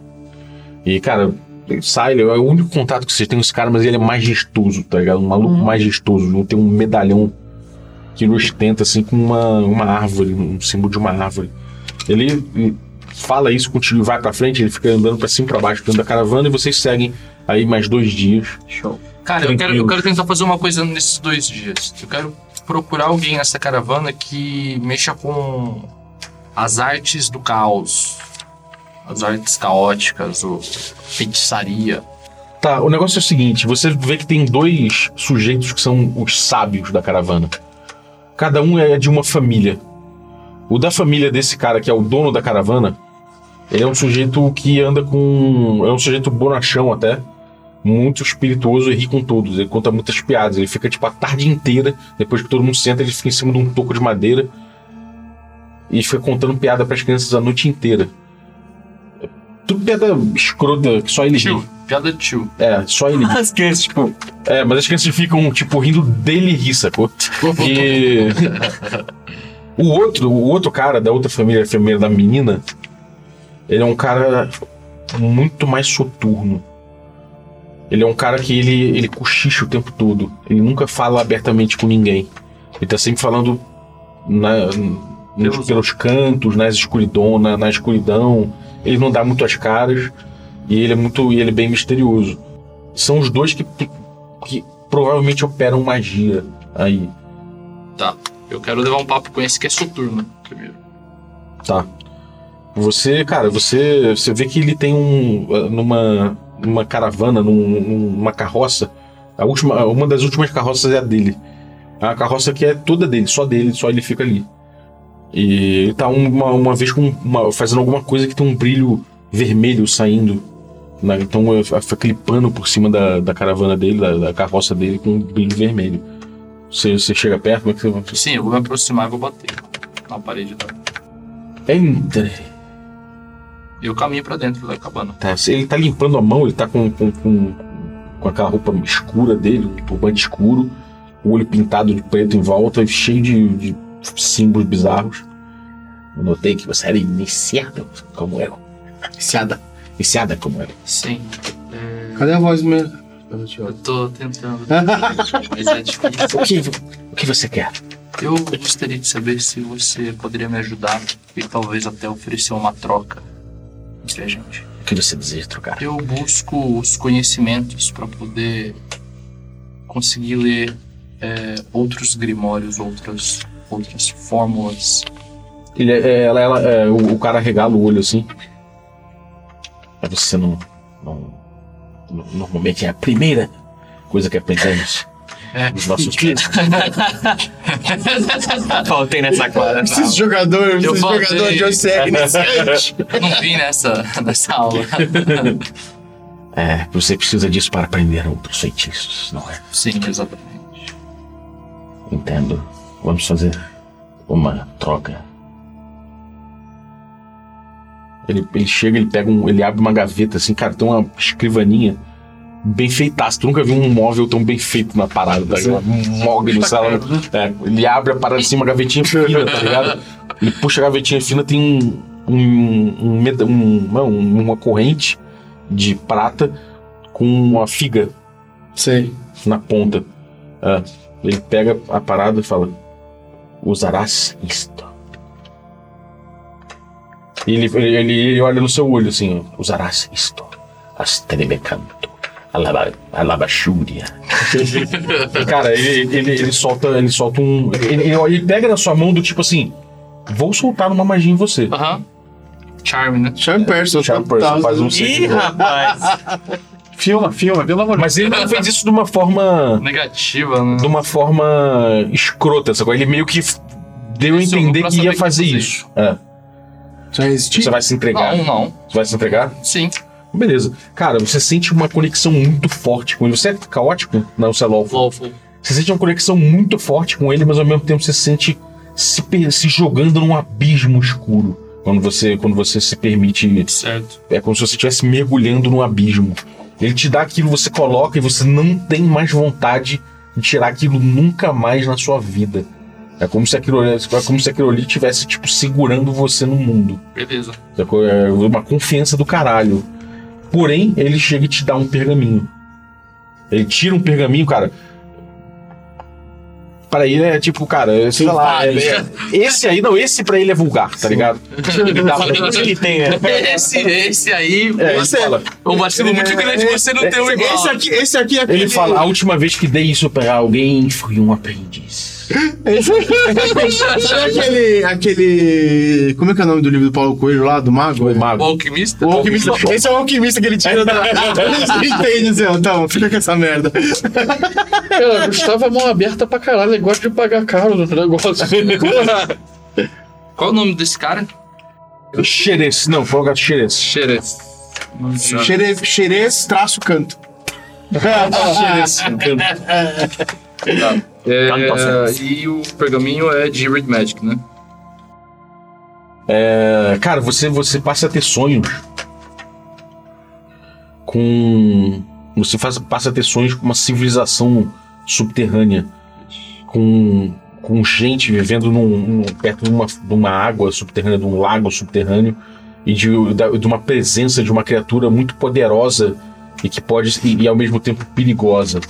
Speaker 2: E, cara, ele sai, ele é o único contato que vocês têm com esse cara, mas ele é majestoso, tá ligado? Um maluco
Speaker 6: Uhum.
Speaker 2: majestoso, não tem um medalhão que ele ostenta, assim, com uma, uma árvore, um símbolo de uma árvore. Ele ele fala isso, continua, vai pra frente, ele fica andando pra cima e pra baixo dentro da caravana e vocês seguem aí mais dois dias.
Speaker 6: Show.
Speaker 7: Cara, eu quero, eu
Speaker 2: Tranquilo.
Speaker 7: quero tentar fazer uma coisa nesses dois dias. Eu quero procurar alguém nessa caravana que mexa com as artes do caos. As artes caóticas, o feitiçaria.
Speaker 2: Tá, o negócio é o seguinte: você vê que tem dois sujeitos que são os sábios da caravana. Cada um é de uma família. O da família desse cara, que é o dono da caravana, ele é um sujeito que anda com. É um sujeito bonachão até. Muito espirituoso e ri com todos. Ele conta muitas piadas. Ele fica tipo a tarde inteira, depois que todo mundo senta, ele fica em cima de um toco de madeira e fica contando piada pras crianças a noite inteira. Tudo piada escrota que só ele ri.
Speaker 7: Tio, piada de tio.
Speaker 2: É, só ele.
Speaker 6: (laughs) As crianças, tipo,
Speaker 2: É, mas as crianças ficam, tipo, rindo dele rir, sacou? E. o outro, o outro cara da outra família, a família da menina, ele é um cara muito mais soturno. Ele é um cara que ele, ele cochicha o tempo todo. Ele nunca fala abertamente com ninguém. Ele tá sempre falando na- nos- pelos cantos, nas escuridão, na, na escuridão. Ele não dá muito as caras. E ele é muito. E ele é bem misterioso. São os dois que, que provavelmente operam magia aí.
Speaker 7: Tá. Eu quero levar um papo com esse que é soturno primeiro.
Speaker 2: Tá. Você, cara, você, você vê que ele tem um ah, numa numa caravana, num- num- numa carroça. A última, uma das últimas carroças é a dele. A carroça que é toda dele, só dele, só ele fica ali. E ele tá uma, uma vez com uma- fazendo alguma coisa que tem um brilho vermelho saindo. né? Então é, é aquele pano por cima da, da caravana dele, da, da carroça dele, com um brilho vermelho. Você, você chega perto, como é que você vai?
Speaker 7: Sim, eu vou me aproximar e vou bater na parede da.
Speaker 2: Entre.
Speaker 7: E eu caminho pra dentro da cabana.
Speaker 2: Tá, se ele tá limpando a mão, ele tá com, com, com, com aquela roupa escura dele, um turbante escuro, o olho pintado de preto em volta, cheio de, de símbolos bizarros. Eu notei que você era iniciada como eu. Iniciada. Iniciada como eu.
Speaker 7: Sim.
Speaker 5: Cadê a voz mesmo?
Speaker 7: Eu tô tentando. mas é
Speaker 2: O que,
Speaker 7: difícil.
Speaker 2: o que você quer?
Speaker 7: Eu gostaria de saber se você poderia me ajudar e talvez até oferecer uma troca entre a gente.
Speaker 2: O que você deseja trocar?
Speaker 7: Eu busco os conhecimentos para poder conseguir ler é, outros grimórios, outras, outras fórmulas.
Speaker 2: Ele, é- ela, ela, é, o, o cara regala o olho assim. Aí você não, não, no- Normalmente é a primeira coisa que aprendemos.
Speaker 7: É.
Speaker 2: Os nossos pés.
Speaker 6: Faltei nessa quadra. tá?
Speaker 5: Preciso de jogador, eu preciso de jogador de OCR iniciante.
Speaker 7: Eu não vim nessa, nessa aula.
Speaker 2: É, você precisa disso para aprender outros feitiços, não é?
Speaker 7: Sim, exatamente.
Speaker 2: Entendo. Vamos fazer uma troca. Ele, ele chega, ele pega um. Ele abre uma gaveta assim, cara, tem uma escrivaninha bem feitaça. Tu nunca viu um móvel tão bem feito na parada, tá ligado? Um mogno, sei lá. É, ele abre a parada assim, uma gavetinha fina, tá ligado? Ele puxa a gavetinha fina, tem um. um, um, meda- um- não, uma corrente de prata com uma figa.
Speaker 5: Sei.
Speaker 2: Na ponta. É. Ele pega a parada e fala: Usarás isto. E Ele, ele, ele, ele olha no seu olho assim: ó, Usarás isto. Astrebecanto. alaba- Alabachúria. Cara, ele, ele, ele solta, ele solta um. Ele, ele- ele pega na sua mão do tipo assim: Vou soltar uma magia em você.
Speaker 7: Aham. Charme, né?
Speaker 5: Charme Person.
Speaker 2: Charme Person, faz um save.
Speaker 6: rapaz!
Speaker 1: Filma, filma, pelo amor de
Speaker 2: Mas ele não fez isso de uma forma.
Speaker 7: Negativa, né?
Speaker 2: de uma forma escrota, sacou? Ele meio que f- deu a
Speaker 7: Isso, eu vou
Speaker 2: entender
Speaker 7: pra
Speaker 2: que
Speaker 7: saber
Speaker 2: ia
Speaker 7: que
Speaker 2: fazer
Speaker 7: fazer.
Speaker 2: isso. É.
Speaker 5: Você vai resistir?
Speaker 2: Você vai se entregar.
Speaker 7: Não, não.
Speaker 2: Você vai se entregar?
Speaker 7: Sim.
Speaker 2: Beleza. Cara, você sente uma conexão muito forte com ele. Você é caótico? Não, você é lawful.
Speaker 7: Lawful.
Speaker 2: Você sente uma conexão muito forte com ele, mas ao mesmo tempo você sente se, per- se jogando num abismo escuro. Quando você, quando você se permite.
Speaker 7: Certo.
Speaker 2: É como se você estivesse mergulhando num abismo. Ele te dá aquilo, você coloca e você não tem mais vontade de tirar aquilo nunca mais na sua vida. É como se aquilo, é como se aquilo ali estivesse tipo, segurando você no mundo.
Speaker 7: Beleza.
Speaker 2: Sacou? É uma confiança do caralho. Porém, ele chega e te dá um pergaminho. Ele tira um pergaminho, cara. Pra ele é tipo, cara, sei lá. é- é- esse aí, não, esse pra ele é vulgar, tá (laughs) ligado? Ele dá pra ele.
Speaker 6: Ele tem, né?
Speaker 7: Esse, esse aí.
Speaker 2: É, ele
Speaker 7: você-
Speaker 2: fala.
Speaker 7: Um vacilo muito grande você não tem um igual.
Speaker 5: Esse aqui, esse aqui é aquele...
Speaker 2: Ele fala,
Speaker 5: (laughs)
Speaker 2: a última vez que dei isso pra alguém foi um aprendiz.
Speaker 5: Sabe é aquele, aquele... Como é que é o nome do livro do Paulo Coelho lá, do Mago?
Speaker 2: O
Speaker 7: O
Speaker 2: mago.
Speaker 7: alquimista?
Speaker 5: O alquimista, esse é o alquimista que ele tira (laughs) da. Entende, assim, ó, Então, fica com essa merda.
Speaker 10: Cara, Gustavo é mão aberta pra caralho, ele gosta de pagar caro no negócio.
Speaker 7: Qual o nome desse cara?
Speaker 2: Xerez. Não, foi o gato xerez.
Speaker 7: Xerez.
Speaker 5: Xerez, xerez, traço, canto.
Speaker 2: tá
Speaker 7: e o pergaminho é de Read Magic, né?
Speaker 2: É, cara, você, você passa a ter sonhos com. Você faz, passa a ter sonhos com uma civilização subterrânea. Com, com gente vivendo num, num- perto de uma, de uma água subterrânea, de um lago subterrâneo. E de, da- de uma presença de uma criatura muito poderosa e que pode. e, e ao mesmo tempo perigosa.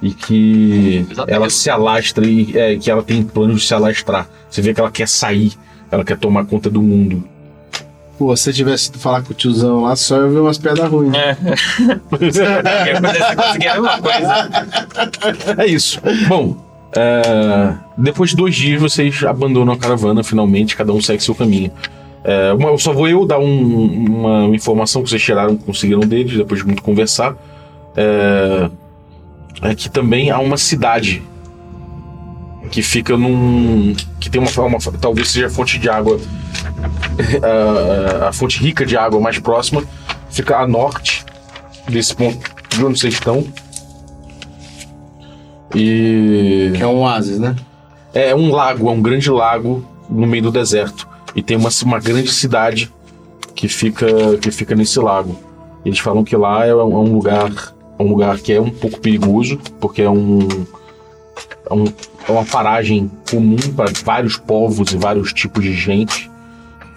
Speaker 2: E que
Speaker 7: Exatamente.
Speaker 2: ela se alastra e é, que ela tem plano de se alastrar. Você vê que ela quer sair, ela quer tomar conta do mundo.
Speaker 5: Pô, se eu tivesse ido falar com o tiozão lá, só eu ver umas pedras ruins. né?
Speaker 6: Qualquer coisa você conseguir a mesma coisa.
Speaker 2: É isso. Bom, é, depois de dois dias vocês abandonam a caravana, finalmente, cada um segue seu caminho. É, uma- eu só vou eu dar um- uma informação que vocês tiraram, conseguiram deles, depois de muito conversar. É, é que também há uma cidade que fica num. que tem uma, uma- talvez seja a fonte de água. é, a, a fonte rica de água mais próxima fica a norte desse ponto de onde vocês estão. E.
Speaker 5: Que é um oásis, né?
Speaker 2: É um lago, é um grande lago no meio do deserto. E tem uma, uma grande cidade que fica, que fica nesse lago. Eles falam que lá é um, é um lugar é um lugar que é um pouco perigoso, porque é um. É, um- é uma paragem comum para vários povos e vários tipos de gente.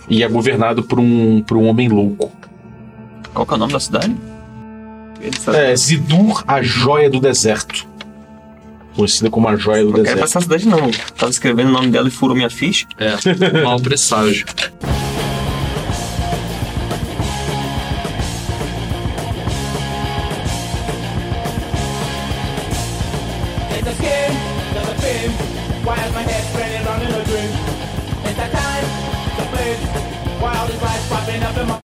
Speaker 2: E é governado por um, por um homem louco.
Speaker 6: Qual que é o nome da cidade?
Speaker 2: É Zidur, a joia do deserto. Conhecida como a joia do
Speaker 6: Não quero ir pra
Speaker 2: deserto.
Speaker 6: É, essa cidade, não. Tava escrevendo o nome dela e furou minha ficha.
Speaker 7: É, mal presságio.
Speaker 4: It's a skin, not a film. Why is my head spinning